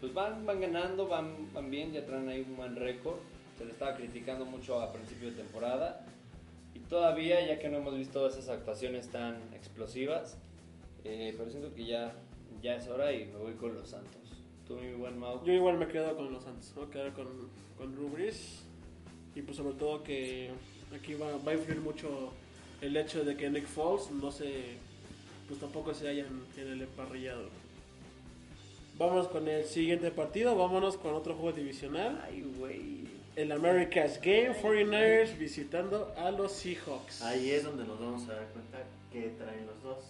Speaker 3: pues van, van ganando, van, van bien, ya traen ahí un buen récord. Se le estaba criticando mucho a principio de temporada. Y todavía, ya que no hemos visto esas actuaciones tan explosivas, eh, pero siento que ya, ya es hora y me voy con los Santos. Tú, mi buen Mau.
Speaker 2: Yo igual me quedo con los Santos, me voy a quedar con, con Rubris. Y pues sobre todo que aquí va, va a influir mucho el hecho de que Nick Foles no se. pues tampoco se hayan en el emparrillado. Vamos con el siguiente partido, vámonos con otro juego divisional.
Speaker 3: Ay, güey.
Speaker 2: El America's Game 49ers visitando a los Seahawks.
Speaker 4: Ahí es donde nos vamos a dar cuenta que traen los dos.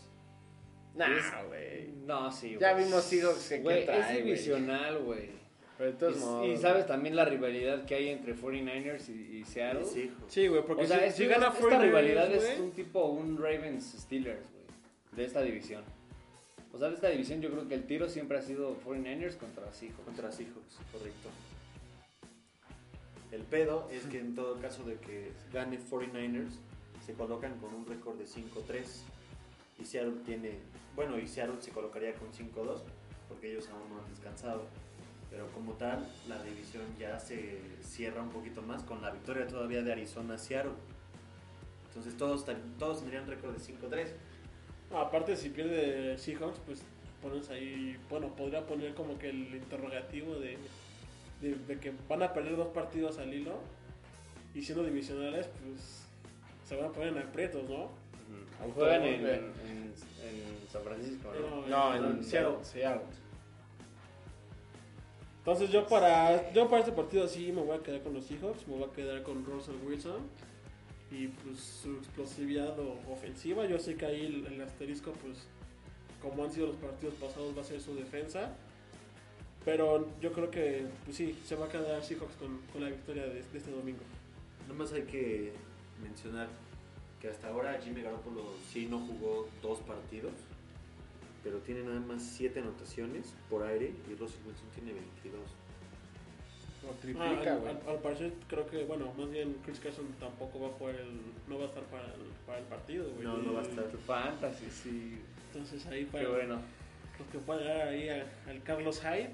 Speaker 5: Nah, güey.
Speaker 3: No, sí, güey.
Speaker 5: Ya vimos Seahawks que,
Speaker 3: Güey,
Speaker 5: que trae,
Speaker 3: es
Speaker 5: güey.
Speaker 3: divisional, güey.
Speaker 5: Pero de todos modos,
Speaker 3: Y, y sabes también la rivalidad que hay entre 49ers y, y Seattle.
Speaker 4: Mis hijos.
Speaker 2: Sí, güey, porque
Speaker 3: o sea,
Speaker 2: si,
Speaker 3: es-
Speaker 2: si gana
Speaker 3: esta
Speaker 2: 49ers,
Speaker 3: rivalidad es
Speaker 2: güey,
Speaker 3: un tipo, un Ravens Steelers, güey, de esta división. O sea, de esta división yo creo que el tiro siempre ha sido 49ers contra Seahawks.
Speaker 4: Contra Seahawks, correcto. El pedo es que en todo caso de que gane 49ers, se colocan con un récord de 5-3. Y Seattle tiene. Bueno, y Seattle se colocaría con 5-2, porque ellos aún no han descansado. Pero como tal, la división ya se cierra un poquito más con la victoria todavía de Arizona a Seattle. Entonces todos, tan- todos tendrían récord de 5-3.
Speaker 2: Aparte, si pierde Seahawks, pues pones ahí. Bueno, podría poner como que el interrogativo de, de, de que van a perder dos partidos al hilo. Y siendo divisionales, pues se van a poner en aprietos, ¿no?
Speaker 3: Ujú. Juegan en,
Speaker 5: güey.
Speaker 3: en- en San Francisco, ¿no?
Speaker 2: Pero,
Speaker 5: No,
Speaker 2: eh,
Speaker 5: en
Speaker 2: Seattle.
Speaker 5: Seattle. Seattle.
Speaker 2: Entonces yo para yo para este partido sí me voy a quedar con los Seahawks, me voy a quedar con Russell Wilson y pues su explosividad o- ofensiva. Yo sé que ahí el, el asterisco pues como han sido los partidos pasados va a ser su defensa. Pero yo creo que pues sí, se va a quedar Seahawks con, con la victoria de, de este domingo.
Speaker 4: Nomás hay que mencionar que hasta ahora Jimmy Garoppolo sí no jugó dos partidos, pero tiene nada más siete anotaciones por aire y Russell Wilson tiene 22.
Speaker 5: Lo
Speaker 2: Ah,
Speaker 5: triplica,
Speaker 2: al,
Speaker 5: güey.
Speaker 2: al- al parecer creo que, bueno, más bien Chris Carson tampoco va a jugar el, no va a estar para el, para el partido, güey.
Speaker 4: No, no va a estar.
Speaker 3: Tu fantasy, sí.
Speaker 2: Entonces ahí
Speaker 3: Qué
Speaker 2: para
Speaker 3: bueno.
Speaker 2: los que puedan llegar ahí a- al Carlos Hyde.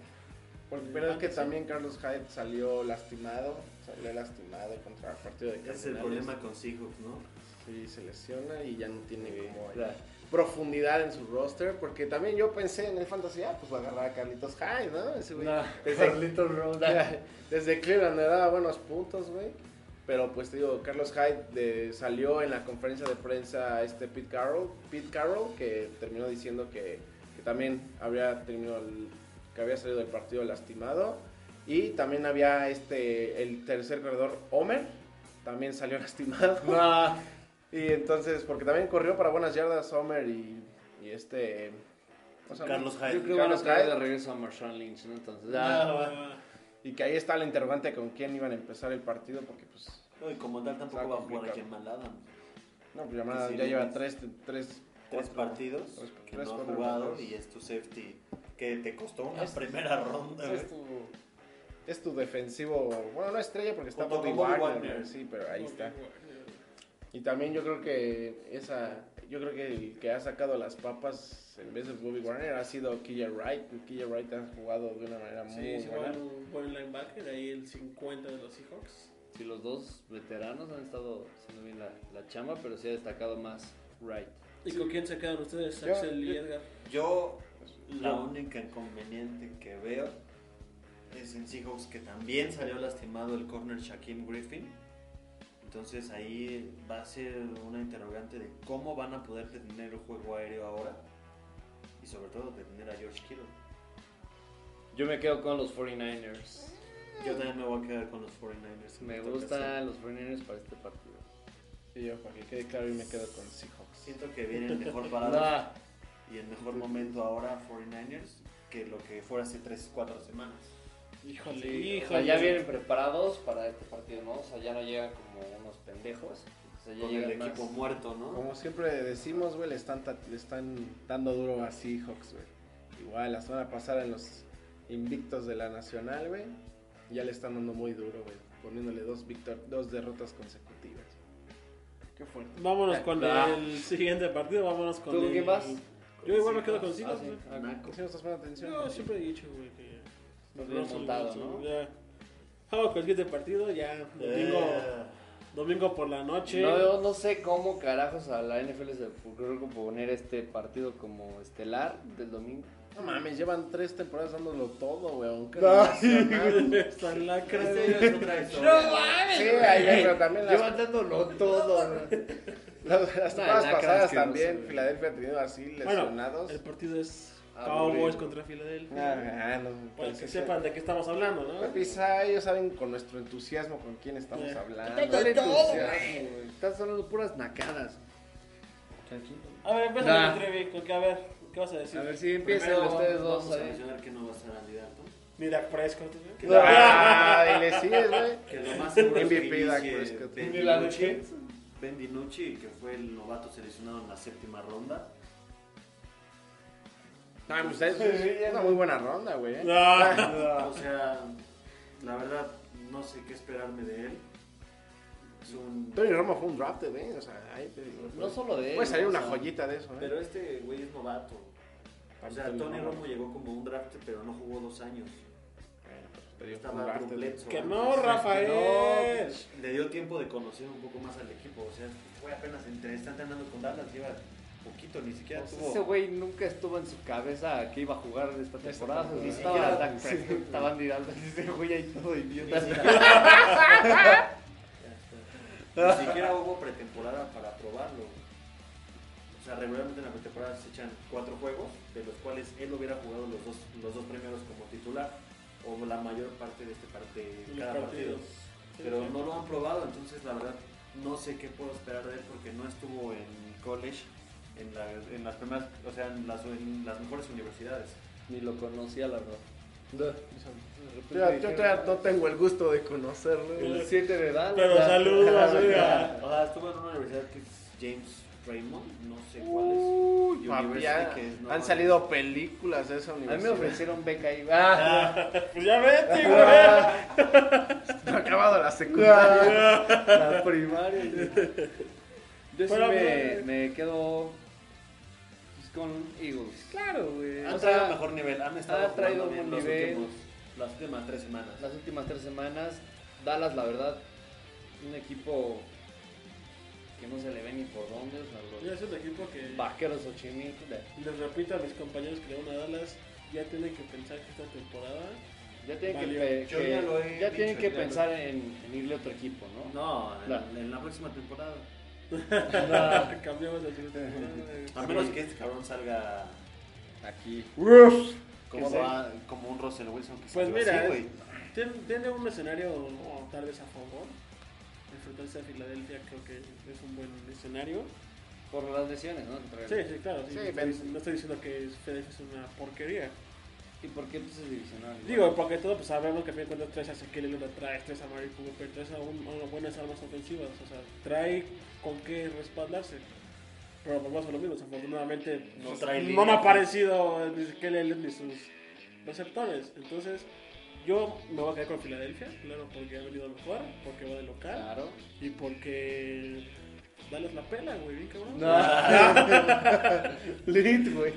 Speaker 5: Porque- pero es que
Speaker 2: Sí.
Speaker 5: también Carlos Hyde salió lastimado, salió lastimado contra el partido de
Speaker 4: Ese
Speaker 5: Cardenales.
Speaker 4: es el problema con Seahawks, ¿no?
Speaker 5: Sí, se lesiona y ya no tiene como ahí
Speaker 3: La-
Speaker 5: profundidad en su roster, porque también yo pensé en el fantasy, ah, pues va a agarrar a Carlitos Hyde, ¿no? Ese güey.
Speaker 3: la-
Speaker 5: Desde,
Speaker 3: Carlitos Rosa.
Speaker 5: desde Cleveland le daba buenos puntos, güey. Pero pues te digo, Carlos Hyde de- salió en la conferencia de prensa este Pete Carroll, Pete Carroll que terminó diciendo que, que también había terminado el- que había salido del partido lastimado y también había este el tercer corredor Homer también salió lastimado.
Speaker 3: No.
Speaker 5: Y entonces, porque también corrió para buenas yardas Homer y, y este... ¿cómo se llama?
Speaker 4: Carlos
Speaker 3: Yo creo
Speaker 4: Hyde.
Speaker 3: que van a
Speaker 5: Carlos
Speaker 3: traer de
Speaker 5: Hyde.
Speaker 3: regreso a Marshawn Lynch, ¿no? Entonces,
Speaker 2: Ah,
Speaker 3: ya.
Speaker 2: va.
Speaker 5: Y que ahí está la interrogante con quién iban a empezar el partido, porque pues...
Speaker 4: No, y como tal tampoco
Speaker 5: Está
Speaker 4: va a jugar
Speaker 5: complicado.
Speaker 4: aquí en Malada.
Speaker 5: No, pues llamada
Speaker 4: Sí,
Speaker 5: ya lleva
Speaker 4: sí.
Speaker 5: tres, tres,
Speaker 4: Tres
Speaker 5: cuatro.
Speaker 4: partidos
Speaker 5: Tres-
Speaker 4: que
Speaker 5: tres,
Speaker 4: no ha
Speaker 5: cuatro
Speaker 4: jugado
Speaker 5: partidos.
Speaker 4: y es tu safety que te costó una
Speaker 5: Es-
Speaker 4: primera ronda.
Speaker 5: Es
Speaker 4: güey.
Speaker 5: tu, es tu defensivo, bueno, no estrella porque está
Speaker 4: Junto
Speaker 5: Bobby
Speaker 4: con Bobby
Speaker 5: Wagner,
Speaker 4: Wagner.
Speaker 5: sí, pero ahí está. Y también yo creo que esa, yo creo que el que ha sacado las papas en vez de Bobby Warner ha sido Killer Wright. Killer Wright ha jugado de una manera muy
Speaker 2: Sí, sí,
Speaker 5: buena.
Speaker 2: bueno, un buen linebacker, ahí el 50 de los Seahawks.
Speaker 3: Si los dos veteranos han estado haciendo bien la, la chamba, pero sí ha destacado más Wright.
Speaker 2: ¿Y con quién se quedan ustedes,
Speaker 5: Yo-
Speaker 2: Axel y
Speaker 5: yo-
Speaker 2: Edgar?
Speaker 4: Yo,
Speaker 3: Pues,
Speaker 4: la única inconveniente que veo es en Seahawks que también salió lastimado el corner Shaquem Griffin. Entonces ahí va a ser una interrogante de cómo van a poder detener el juego aéreo ahora y sobre todo detener a George Kittle.
Speaker 3: Yo me quedo con los 49ers.
Speaker 4: Yo también me voy a quedar con los 49ers. en
Speaker 3: Mm. Me
Speaker 4: esta
Speaker 3: gustan
Speaker 4: ocasión.
Speaker 3: los 49ers para este partido.
Speaker 5: Y yo, para que quede claro, y me quedo con Seahawks.
Speaker 4: Siento que vienen mejor
Speaker 3: Ah,
Speaker 4: parados
Speaker 3: Nada.
Speaker 4: y el mejor momento ahora 49ers que lo que fuera hace 3, 4 semanas.
Speaker 2: Híjole,
Speaker 3: O sea, ya vienen preparados para este partido, ¿no? O sea, ya no llegan como unos pendejos. O sea, ya
Speaker 4: con el
Speaker 3: llegan más.
Speaker 4: equipo muerto, ¿no?
Speaker 5: Como siempre decimos, güey, le están, ta- le están dando duro a Seahawks, güey. Igual, la semana pasada en los invictos de la Nacional, güey, ya le están dando muy duro, güey. Poniéndole dos, victor- dos derrotas consecutivas. Qué fuerte.
Speaker 2: Vámonos con
Speaker 3: Ah.
Speaker 2: el siguiente partido, vámonos con
Speaker 3: ¿Tú con
Speaker 2: el-
Speaker 3: quién vas?
Speaker 2: Yo igual me quedo con
Speaker 3: Ah,
Speaker 2: Seahawks.
Speaker 3: sí.
Speaker 2: güey.
Speaker 3: Ah, ok.
Speaker 5: Si no estás poniendo atención.
Speaker 2: Yo
Speaker 5: güey.
Speaker 2: siempre he dicho, güey, que...
Speaker 3: Nos bien
Speaker 2: Russell
Speaker 3: montado,
Speaker 2: Wilson,
Speaker 3: ¿no?
Speaker 2: Ya. Vamos con el siguiente partido, ya. Domingo,
Speaker 4: Eh,
Speaker 2: domingo por la noche.
Speaker 3: No, yo no sé cómo carajos a la NFL se le ocurrió poner este partido como estelar del domingo.
Speaker 5: No mames, llevan tres temporadas dándolo todo, güey. Aunque
Speaker 3: No.
Speaker 5: no sea nada.
Speaker 2: Está en la cara,
Speaker 4: este
Speaker 2: güey.
Speaker 4: ya es otra historia.
Speaker 5: Sí, ahí, pero también las-
Speaker 3: Llevan dándolo todo. ¿no?
Speaker 5: las, las
Speaker 3: Una
Speaker 5: temporadas
Speaker 3: lacra
Speaker 5: pasadas
Speaker 3: asquerosa,
Speaker 5: también,
Speaker 3: güey.
Speaker 5: Filadelfia ha tenido así
Speaker 2: Bueno,
Speaker 5: lesionados.
Speaker 2: el partido es
Speaker 3: Aburrido.
Speaker 2: Cowboys contra Filadelfia.
Speaker 5: Ah, no,
Speaker 2: Para
Speaker 5: pues,
Speaker 2: que
Speaker 5: ese-
Speaker 2: sepan de qué estamos hablando, ¿no?
Speaker 5: Quizá ellos saben con nuestro entusiasmo con quién estamos
Speaker 2: Sí.
Speaker 5: hablando.
Speaker 3: Dale
Speaker 5: El
Speaker 3: todo,
Speaker 5: entusiasmo,
Speaker 3: güey.
Speaker 5: güey.
Speaker 3: Estás hablando puras nacadas. Tranquilo.
Speaker 2: A ver, empieza
Speaker 3: Nah.
Speaker 2: con Trevi, con que a ver, ¿qué vas a decir?
Speaker 3: A ver si empiezan ustedes dos.
Speaker 4: Vamos a
Speaker 3: ahí.
Speaker 4: mencionar que no va a ser candidato.
Speaker 2: Ni Dak Prescott, güey.
Speaker 4: Que,
Speaker 5: Ah, dile, sí, güey.
Speaker 4: que lo más seguro es que
Speaker 5: MVP Dak
Speaker 4: inicie
Speaker 5: Prescott.
Speaker 4: Ben
Speaker 2: Ni la de
Speaker 4: DiNucci.
Speaker 2: Jets.
Speaker 4: Ben DiNucci, que fue el novato seleccionado en la séptima ronda.
Speaker 5: No, pues es, es una muy buena ronda, güey. eh.
Speaker 2: No,
Speaker 4: O sea, la verdad, no sé qué esperarme de él. Es un...
Speaker 5: Tony Romo fue un draft, eh, güey. O sea, ahí te digo.
Speaker 3: No solo de él.
Speaker 5: Puede salir
Speaker 3: o
Speaker 5: una
Speaker 3: sea,
Speaker 5: joyita de eso,
Speaker 4: Pero
Speaker 5: ¿eh?
Speaker 4: este güey es novato. O sea, Tony Romo llegó como un draft, pero no jugó dos años.
Speaker 5: Te digo, fue un
Speaker 4: Estaba
Speaker 5: draft, güey.
Speaker 4: completo.
Speaker 2: que no, Rafael.
Speaker 4: Le dio tiempo de conocer un poco más al equipo. O sea, fue apenas entre están andando con Dallas, lleva poquito, ni siquiera
Speaker 3: pues
Speaker 4: tuvo.
Speaker 3: ese güey nunca estuvo en su cabeza que iba a jugar en esta temporada.
Speaker 5: temporada.
Speaker 3: Ni
Speaker 5: Sí,
Speaker 3: estaba
Speaker 4: ya,
Speaker 3: Dak
Speaker 4: sí.
Speaker 3: Prescott, estaban mirando ese güey ahí todo
Speaker 4: Ni
Speaker 3: idiota.
Speaker 4: siquiera, Ni siquiera hubo pretemporada para probarlo. O sea, regularmente en la pretemporada se echan cuatro juegos, de los cuales él hubiera jugado los dos, los dos primeros como titular, o la mayor parte de este parte,
Speaker 2: Los
Speaker 4: cada partido.
Speaker 2: partidos.
Speaker 4: Pero no lo han probado, entonces la verdad no sé qué puedo esperar de él porque no estuvo en college, en, la- en las primeras, o sea, en las, en las mejores universidades.
Speaker 3: Ni lo conocía, la verdad.
Speaker 5: Yo, yo todavía no tengo el gusto de conocerlo. güey.
Speaker 3: El 7 de edad.
Speaker 2: Pero saludos, oiga.
Speaker 4: O sea, estuvo en una universidad que es James Raymond, no sé cuál es.
Speaker 5: Uh, Uy,
Speaker 4: University
Speaker 5: papi, ya
Speaker 4: que es
Speaker 5: han
Speaker 4: normal.
Speaker 5: salido películas de esa
Speaker 3: A mí me
Speaker 5: universidad.
Speaker 3: ofrecieron beca ahí. Ah,
Speaker 2: Pues ya vete, güey.
Speaker 5: No ha acabado la secundaria.
Speaker 3: la primaria. Yo sí
Speaker 2: Ah. Pero,
Speaker 3: me,
Speaker 2: pero-
Speaker 3: me quedo pues, con Eagles.
Speaker 2: Claro, güey.
Speaker 4: Han
Speaker 3: O sea,
Speaker 4: traído mejor nivel, han estado
Speaker 3: ha traído
Speaker 4: jugando bien
Speaker 3: un
Speaker 4: los
Speaker 3: nivel.
Speaker 4: últimos- las últimas tres semanas.
Speaker 3: Las últimas tres semanas, Dallas, la verdad, un equipo que no se le ve ni por dónde. O sea,
Speaker 2: Ya
Speaker 3: los
Speaker 2: es un equipo que.
Speaker 3: vaqueros Ochimilco.
Speaker 2: Les repito a mis compañeros que le van a Dallas, ya tienen que pensar que esta temporada.
Speaker 3: Ya tienen
Speaker 2: Valió.
Speaker 3: que, pe-
Speaker 4: Yo ya lo he
Speaker 3: que, ya
Speaker 4: dicho,
Speaker 3: tienen que
Speaker 4: ya lo-
Speaker 3: pensar en, en irle a otro equipo, ¿no?
Speaker 4: No, en,
Speaker 3: Claro.
Speaker 4: en la próxima temporada.
Speaker 2: Cambiamos de siguiente temporada, güey.
Speaker 4: A menos que este cabrón salga
Speaker 3: Aquí.
Speaker 4: como,
Speaker 2: Que se-
Speaker 4: va- como un Russell Wilson. Que
Speaker 2: Pues
Speaker 4: salió
Speaker 2: mira,
Speaker 4: así,
Speaker 2: es-
Speaker 4: güey.
Speaker 2: Tien- tiene un escenario oh, tal vez a favor. Enfrentarse a Filadelfia creo que es un buen escenario.
Speaker 3: Por las lesiones, ¿no?
Speaker 2: Sí, sí, claro. sí,
Speaker 5: Sí,
Speaker 2: no, estoy,
Speaker 5: ven.
Speaker 2: dic- no estoy diciendo que es- Filadelfia es una porquería.
Speaker 3: ¿Y por qué entonces divisional?
Speaker 2: Digo, porque todo, pues sabemos que a fin de cuentas traes a Ezequiel Elliott, traes, traes a Mary Cooper, traes a, un- a unas buenas armas ofensivas. O sea, trae con qué respaldarse. Pero volvemos a lo mismo, desafortunadamente
Speaker 4: No
Speaker 2: pues,
Speaker 4: trae
Speaker 2: no
Speaker 4: línea.
Speaker 2: me ha parecido ni Ezequiel Elliott ni sus receptores. Entonces, yo me voy a quedar con Filadelfia, claro, porque ha venido mejor, porque va de local.
Speaker 3: Claro.
Speaker 2: Y porque. Dales la pela, güey, bien cabrón.
Speaker 5: Lit, güey.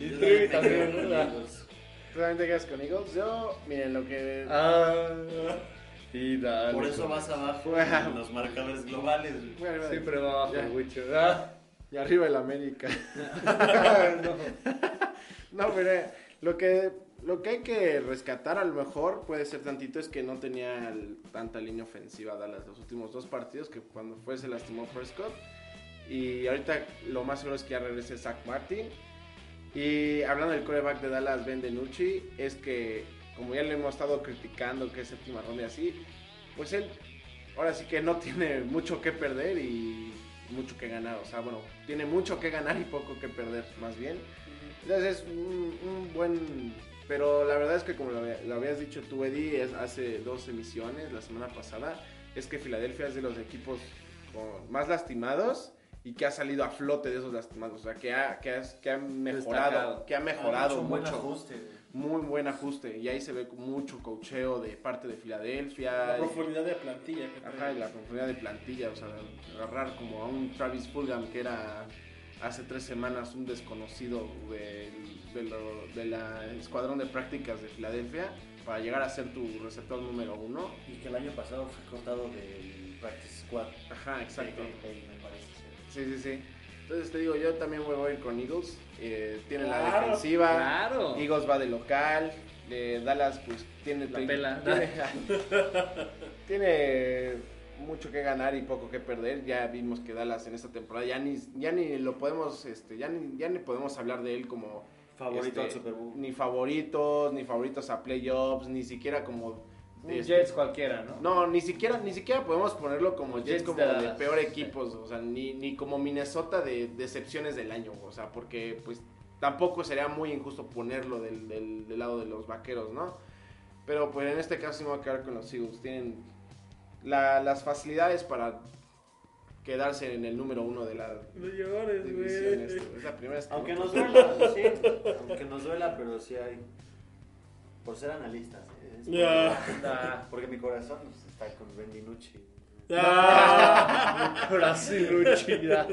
Speaker 4: Yo
Speaker 3: Sí,
Speaker 4: también me
Speaker 3: también,
Speaker 4: quedo con
Speaker 3: ¿verdad?
Speaker 4: Eagles.
Speaker 5: ¿Tú también te quedas con Eagles? Yo, miren, lo que...
Speaker 3: Ah. Y dale.
Speaker 4: Por eso vas abajo en los marcadores globales. güey.
Speaker 5: Muy arriba de-
Speaker 3: Siempre va abajo,
Speaker 5: Ya.
Speaker 3: mucho. Ah,
Speaker 5: Y arriba el América. no, pero eh, lo que, lo que hay que rescatar a lo mejor puede ser tantito es que no tenía el- tanta línea ofensiva Dallas los últimos dos partidos que cuando fue se lastimó Prescott. Y ahorita lo más seguro es que ya regrese Zach Martin. Y hablando del coreback de Dallas, Ben DiNucci, es que como ya le hemos estado criticando que es séptima ronda y así, pues él ahora sí que no tiene mucho que perder y mucho que ganar. O sea, bueno, tiene mucho que ganar y poco que perder, más bien. Entonces es un, un buen... Pero la verdad es que como lo, había- lo habías dicho tú, Eddie, es, hace dos emisiones la semana pasada, es que Filadelfia es de los equipos con más lastimados y que ha salido a flote de esos lastimados. O sea, que ha, que has- que ha mejorado,
Speaker 3: Destacado.
Speaker 5: que ha mejorado
Speaker 4: un buen
Speaker 5: mucho.
Speaker 4: ajuste, güey.
Speaker 5: Muy buen ajuste. Y ahí se ve mucho cocheo de parte de Filadelfia.
Speaker 2: La profundidad de plantilla que
Speaker 5: Ajá, y
Speaker 2: trae.
Speaker 5: la profundidad de plantilla, o sea, agarrar como a un Travis Fulgham que era hace tres semanas un desconocido del, de lo- de la escuadrón de prácticas de Filadelfia para llegar a ser tu receptor número uno.
Speaker 4: Y que el año pasado fue cortado del Practice Squad.
Speaker 5: Ajá, exacto.
Speaker 4: De Green Bay, me parece. sí.
Speaker 5: Sí, sí, sí. Entonces te digo, yo también voy a ir con Eagles. Eh, tiene la
Speaker 2: Claro,
Speaker 4: Ah.
Speaker 5: defensiva.
Speaker 3: Claro.
Speaker 5: Eagles va de local. eh, Dallas, pues tiene.
Speaker 3: La pela.
Speaker 5: Tiene, tiene mucho que ganar y poco que perder. Ya vimos que Dallas en esta temporada ya ni, ya ni lo podemos. Este, ya, ni, ya ni podemos hablar de él como.
Speaker 4: Favorito
Speaker 5: este,
Speaker 4: al Super Bowl.
Speaker 5: Ni favoritos, ni favoritos a playoffs, ni siquiera como.
Speaker 3: Un
Speaker 5: este,
Speaker 3: Jets cualquiera, ¿no?
Speaker 5: no, ni siquiera, ni siquiera podemos ponerlo como Jets,
Speaker 3: Jets
Speaker 5: como
Speaker 3: de
Speaker 5: de,
Speaker 3: Dallas.
Speaker 5: peor equipos, o sea, ni, ni como Minnesota de decepciones del año, o sea, porque pues tampoco sería muy injusto ponerlo del, del- del lado de los vaqueros, ¿no? Pero pues en este caso sí me voy a quedar con los Eagles, tienen la- las facilidades para quedarse en el número uno de la
Speaker 2: No llores,
Speaker 5: división.
Speaker 2: güey.
Speaker 5: este. Es la primera vez que
Speaker 4: Aunque
Speaker 5: me-
Speaker 4: nos duela, sí. Aunque nos duela, pero sí hay. Por ser analistas. eh, es-
Speaker 2: Ya.
Speaker 3: Nah.
Speaker 4: Porque mi corazón pues, está con Randy Nucci.
Speaker 2: Ah.
Speaker 3: Brasil, chida.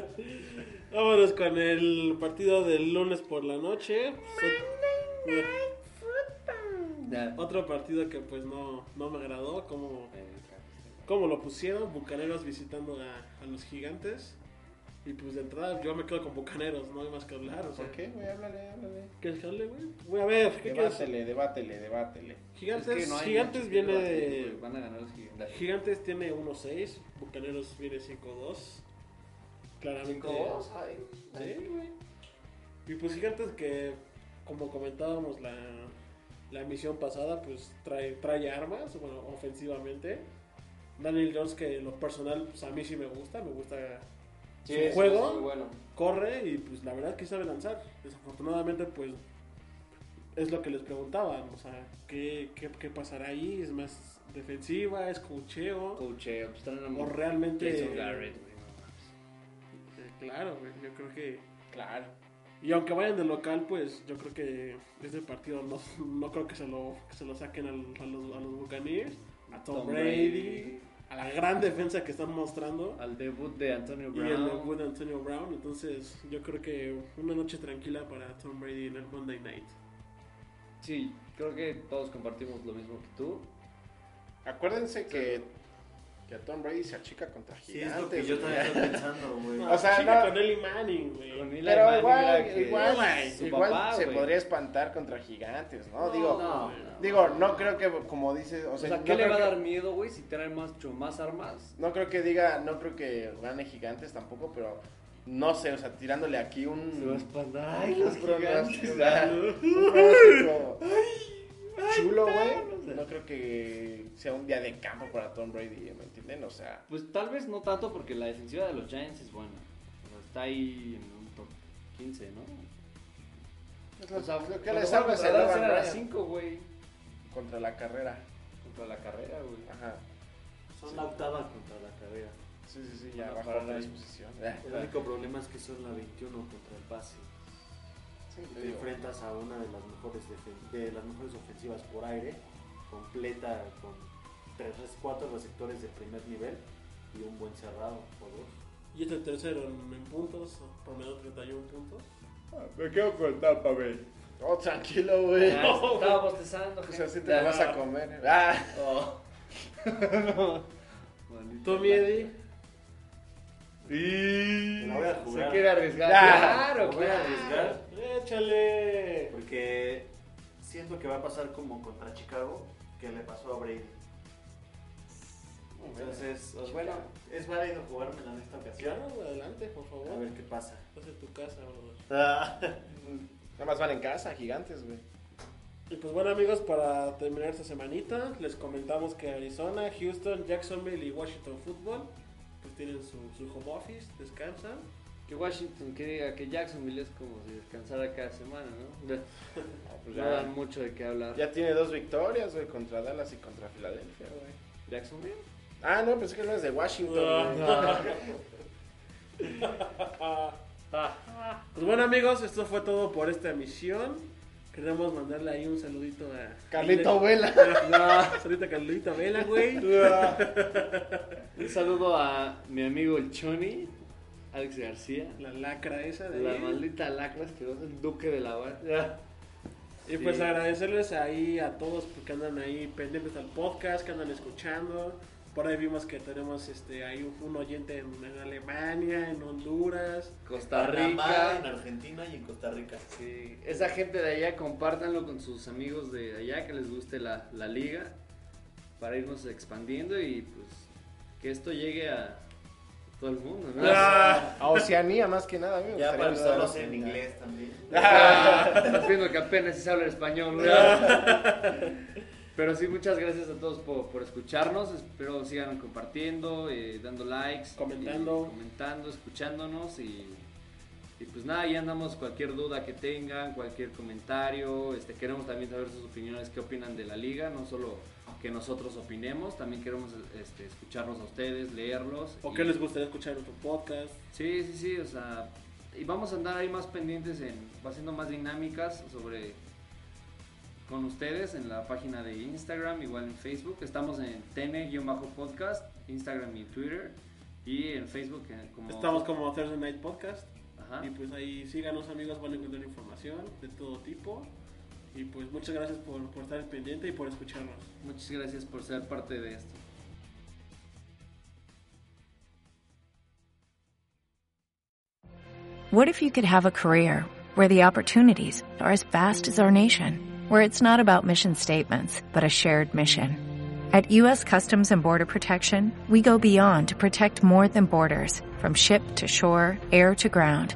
Speaker 2: Vámonos con el partido del lunes por la noche. Pues,
Speaker 3: Nah.
Speaker 2: Otro partido que pues no, no me agradó, como, como lo pusieron, Bucaneros visitando a, a los gigantes. Y pues de entrada yo me quedo con Bucaneros, no hay más que hablar. O sea,
Speaker 5: ¿Por qué, güey? Háblale, háblale.
Speaker 2: ¿Quieres que hable, güey? Voy a ver, ¿qué quieres?
Speaker 5: Debátele, debátele, debátele.
Speaker 2: Gigantes,
Speaker 3: Es que no hay
Speaker 2: gigantes
Speaker 3: mucho que
Speaker 2: viene
Speaker 3: debatir,
Speaker 2: de...
Speaker 3: güey. Van a ganar los gigantes.
Speaker 2: Gigantes tiene 1-6, Bucaneros viene 5-2. Claramente. Sí, güey. Y pues Gigantes que, como comentábamos la, la misión pasada, pues trae, trae armas, bueno, ofensivamente. Daniel Jones que en lo personal, pues a mí sí me gusta, me gusta
Speaker 6: Sí,
Speaker 2: su
Speaker 6: es-
Speaker 2: juego.
Speaker 6: es muy bueno.
Speaker 2: corre y pues la verdad es que sabe lanzar. Desafortunadamente pues es lo que les preguntaban, o sea, ¿qué, qué, qué pasará ahí? ¿Es más defensiva? ¿Es cocheo?
Speaker 3: Coacheo, pues traen a
Speaker 2: ¿O
Speaker 3: Mon-
Speaker 2: realmente...
Speaker 3: Jason Garrett, güey, no mames.
Speaker 2: Eh, Claro, güey, yo creo que...
Speaker 3: Claro.
Speaker 2: Y aunque vayan de local, pues yo creo que este partido no, no creo que se lo, que se lo saquen al- a los, a los Buccaneers, a Tom,
Speaker 3: Tom
Speaker 2: Brady,
Speaker 3: Brady.
Speaker 2: a la gran defensa que están mostrando.
Speaker 3: Al debut de Antonio
Speaker 2: Y el debut
Speaker 3: Brown.
Speaker 2: de Antonio Brown, entonces yo creo que una noche tranquila para Tom Brady en el Monday Night.
Speaker 3: Sí, creo que todos compartimos lo mismo que tú.
Speaker 5: Acuérdense que, que Tom Brady se achica contra
Speaker 4: Sí, es lo
Speaker 5: gigantes.
Speaker 4: que yo
Speaker 5: güey.
Speaker 4: también estoy pensando, güey.
Speaker 5: O sea,
Speaker 2: Chica
Speaker 5: no-
Speaker 2: con Eli Manning, güey.
Speaker 3: Con Eli
Speaker 5: Pero
Speaker 3: Manning
Speaker 5: igual,
Speaker 3: era que-
Speaker 5: igual,
Speaker 3: su
Speaker 5: igual
Speaker 3: papá,
Speaker 5: se
Speaker 3: güey.
Speaker 5: podría espantar contra gigantes, ¿no?
Speaker 3: No,
Speaker 5: digo,
Speaker 3: no,
Speaker 5: digo, no creo que como dices, o
Speaker 3: O
Speaker 5: sea,
Speaker 3: sea,
Speaker 5: no,
Speaker 3: ¿qué le
Speaker 5: creo
Speaker 3: va a
Speaker 5: que,
Speaker 3: dar miedo, güey, si traen más, mucho más armas?
Speaker 5: no creo que diga, no creo que gane gigantes tampoco, pero no sé, o sea, tirándole aquí un
Speaker 3: Se va a espantar.
Speaker 5: Ay, los gigantes.
Speaker 3: o sea,
Speaker 5: chulo,
Speaker 3: no
Speaker 5: güey.
Speaker 3: sé.
Speaker 5: No creo que sea un día de campo para Tom Brady, ¿me entienden? O sea,
Speaker 3: Pues tal vez no tanto porque la defensiva de los Giants es buena. O sea, está ahí en un top 15, ¿no? Pues,
Speaker 5: lo- lo que
Speaker 3: pero
Speaker 5: le
Speaker 3: bueno,
Speaker 5: salva
Speaker 3: pues,
Speaker 5: se
Speaker 3: la
Speaker 5: lo
Speaker 3: verdad
Speaker 5: gana
Speaker 3: era la
Speaker 5: Ryan.
Speaker 3: 5, güey.
Speaker 5: contra la carrera.
Speaker 3: Contra la carrera, güey.
Speaker 5: Ajá.
Speaker 4: Son la octava contra la carrera.
Speaker 5: Sí, sí, sí, ya
Speaker 3: Una
Speaker 5: bajó Ah.
Speaker 3: parada
Speaker 5: tres
Speaker 3: ahí.
Speaker 5: posiciones.
Speaker 4: El único problema es que son la 21 contra el pase.
Speaker 5: Sí, te
Speaker 4: Te
Speaker 5: digo.
Speaker 4: enfrentas a una de las mejores defen- de las mejores ofensivas por aire, completa con tres, cuatro receptores de primer nivel y un buen cerrado o dos.
Speaker 2: Y este tercero en, en puntos, promedio 31 puntos.
Speaker 5: Me quedo con Tampa, güey. Oh, tranquilo, güey.
Speaker 3: Ah, Estaba bostezando,
Speaker 5: O
Speaker 3: gente.
Speaker 5: sea, si te lo vas a comer. eh. Ah.
Speaker 3: Oh. no. Maldito
Speaker 2: Tommy Eddy,
Speaker 4: Te la voy a
Speaker 3: Se
Speaker 4: jugar.
Speaker 3: quiere arriesgar.
Speaker 5: Ah,
Speaker 3: claro,
Speaker 4: Te la voy a
Speaker 3: claro.
Speaker 4: arriesgar
Speaker 2: échale.
Speaker 4: porque siento que va a pasar como contra Chicago que le pasó a Brady. Entonces, pues, bueno, es válido jugármela en esta ocasión.
Speaker 2: Claro, adelante, por
Speaker 4: A
Speaker 2: favor.
Speaker 4: ver qué pasa.
Speaker 2: Estás en tu casa, brother.
Speaker 5: Nada más van en casa, gigantes, güey.
Speaker 2: Y pues bueno amigos, para terminar esta semanita, les comentamos que Arizona, Houston, Jacksonville y Washington Football pues tienen su, su home office, descansan.
Speaker 3: Que Washington, que diga que Jacksonville es como si descansara cada semana, ¿no? No
Speaker 5: pues ya.
Speaker 3: dan mucho de qué hablar.
Speaker 5: Ya tiene dos victorias, güey, contra Dallas y contra Filadelfia, güey.
Speaker 3: ¿Jacksonville?
Speaker 5: Ah, no, pensé que no es de Washington. güey.
Speaker 2: Pues bueno amigos, esto fue todo por esta emisión. Queremos mandarle ahí un saludito a
Speaker 5: Carlito Vela.
Speaker 2: No, saludito a Carlito Vela, güey.
Speaker 3: Un saludo a mi amigo el Choni, Alex García,
Speaker 2: La lacra esa de
Speaker 3: la
Speaker 2: ahí.
Speaker 3: maldita lacra asquerosa, el duque de la barra.
Speaker 2: Y pues agradecerles ahí a todos pues, que andan ahí pendientes al podcast, que andan escuchando. Por ahí vimos que tenemos este ahí un, un oyente en, en Alemania, en Honduras.
Speaker 3: Costa
Speaker 4: Panamá, en
Speaker 3: Rica.
Speaker 4: Argentina y en Costa Rica.
Speaker 3: Sí, Esa gente de allá, compártanlo con sus amigos de allá que les guste la, la liga para irnos expandiendo y pues que esto llegue a todo el mundo. ¿no?
Speaker 5: A Ah, Oceanía, más que nada, a mí me
Speaker 4: Ya
Speaker 5: gustaría
Speaker 4: para
Speaker 5: mandar a
Speaker 4: usarlos en
Speaker 5: Oceanía.
Speaker 4: inglés también.
Speaker 2: Ah.
Speaker 3: Estás viendo que apenas se habla el español.
Speaker 2: Ah.
Speaker 3: ¿verdad? Pero sí, muchas gracias a todos por, por escucharnos. Espero sigan compartiendo, eh, dando likes,
Speaker 2: Comentando.
Speaker 3: eh, comentando, escuchándonos y, y pues nada, ya andamos cualquier duda que tengan, cualquier comentario. Este, queremos también saber sus opiniones, qué opinan de la liga, no solo que nosotros opinemos, también queremos este, escucharlos a ustedes, leerlos.
Speaker 2: ¿O
Speaker 3: y-
Speaker 2: qué les gustaría escuchar en tu podcast?
Speaker 3: Sí, sí, sí, o sea, y vamos a andar ahí más pendientes en, va haciendo más dinámicas sobre, con ustedes en la página de Instagram, igual en Facebook, estamos en tene-podcast, Instagram y Twitter, y en Facebook eh, como...
Speaker 2: Estamos como Thursday Night Podcast.
Speaker 3: Ajá.
Speaker 2: Y pues ahí síganos amigos, van a encontrar información de todo tipo. Y pues muchas gracias por, por estar pendiente y por escucharnos.
Speaker 3: Muchas gracias por ser parte de esto.
Speaker 6: What if you could have a career where the opportunities are as vast as our nation, where it's not about mission statements, but a shared mission? At U.S. Customs and Border Protection, we go beyond to protect more than borders. From ship to shore, air to ground,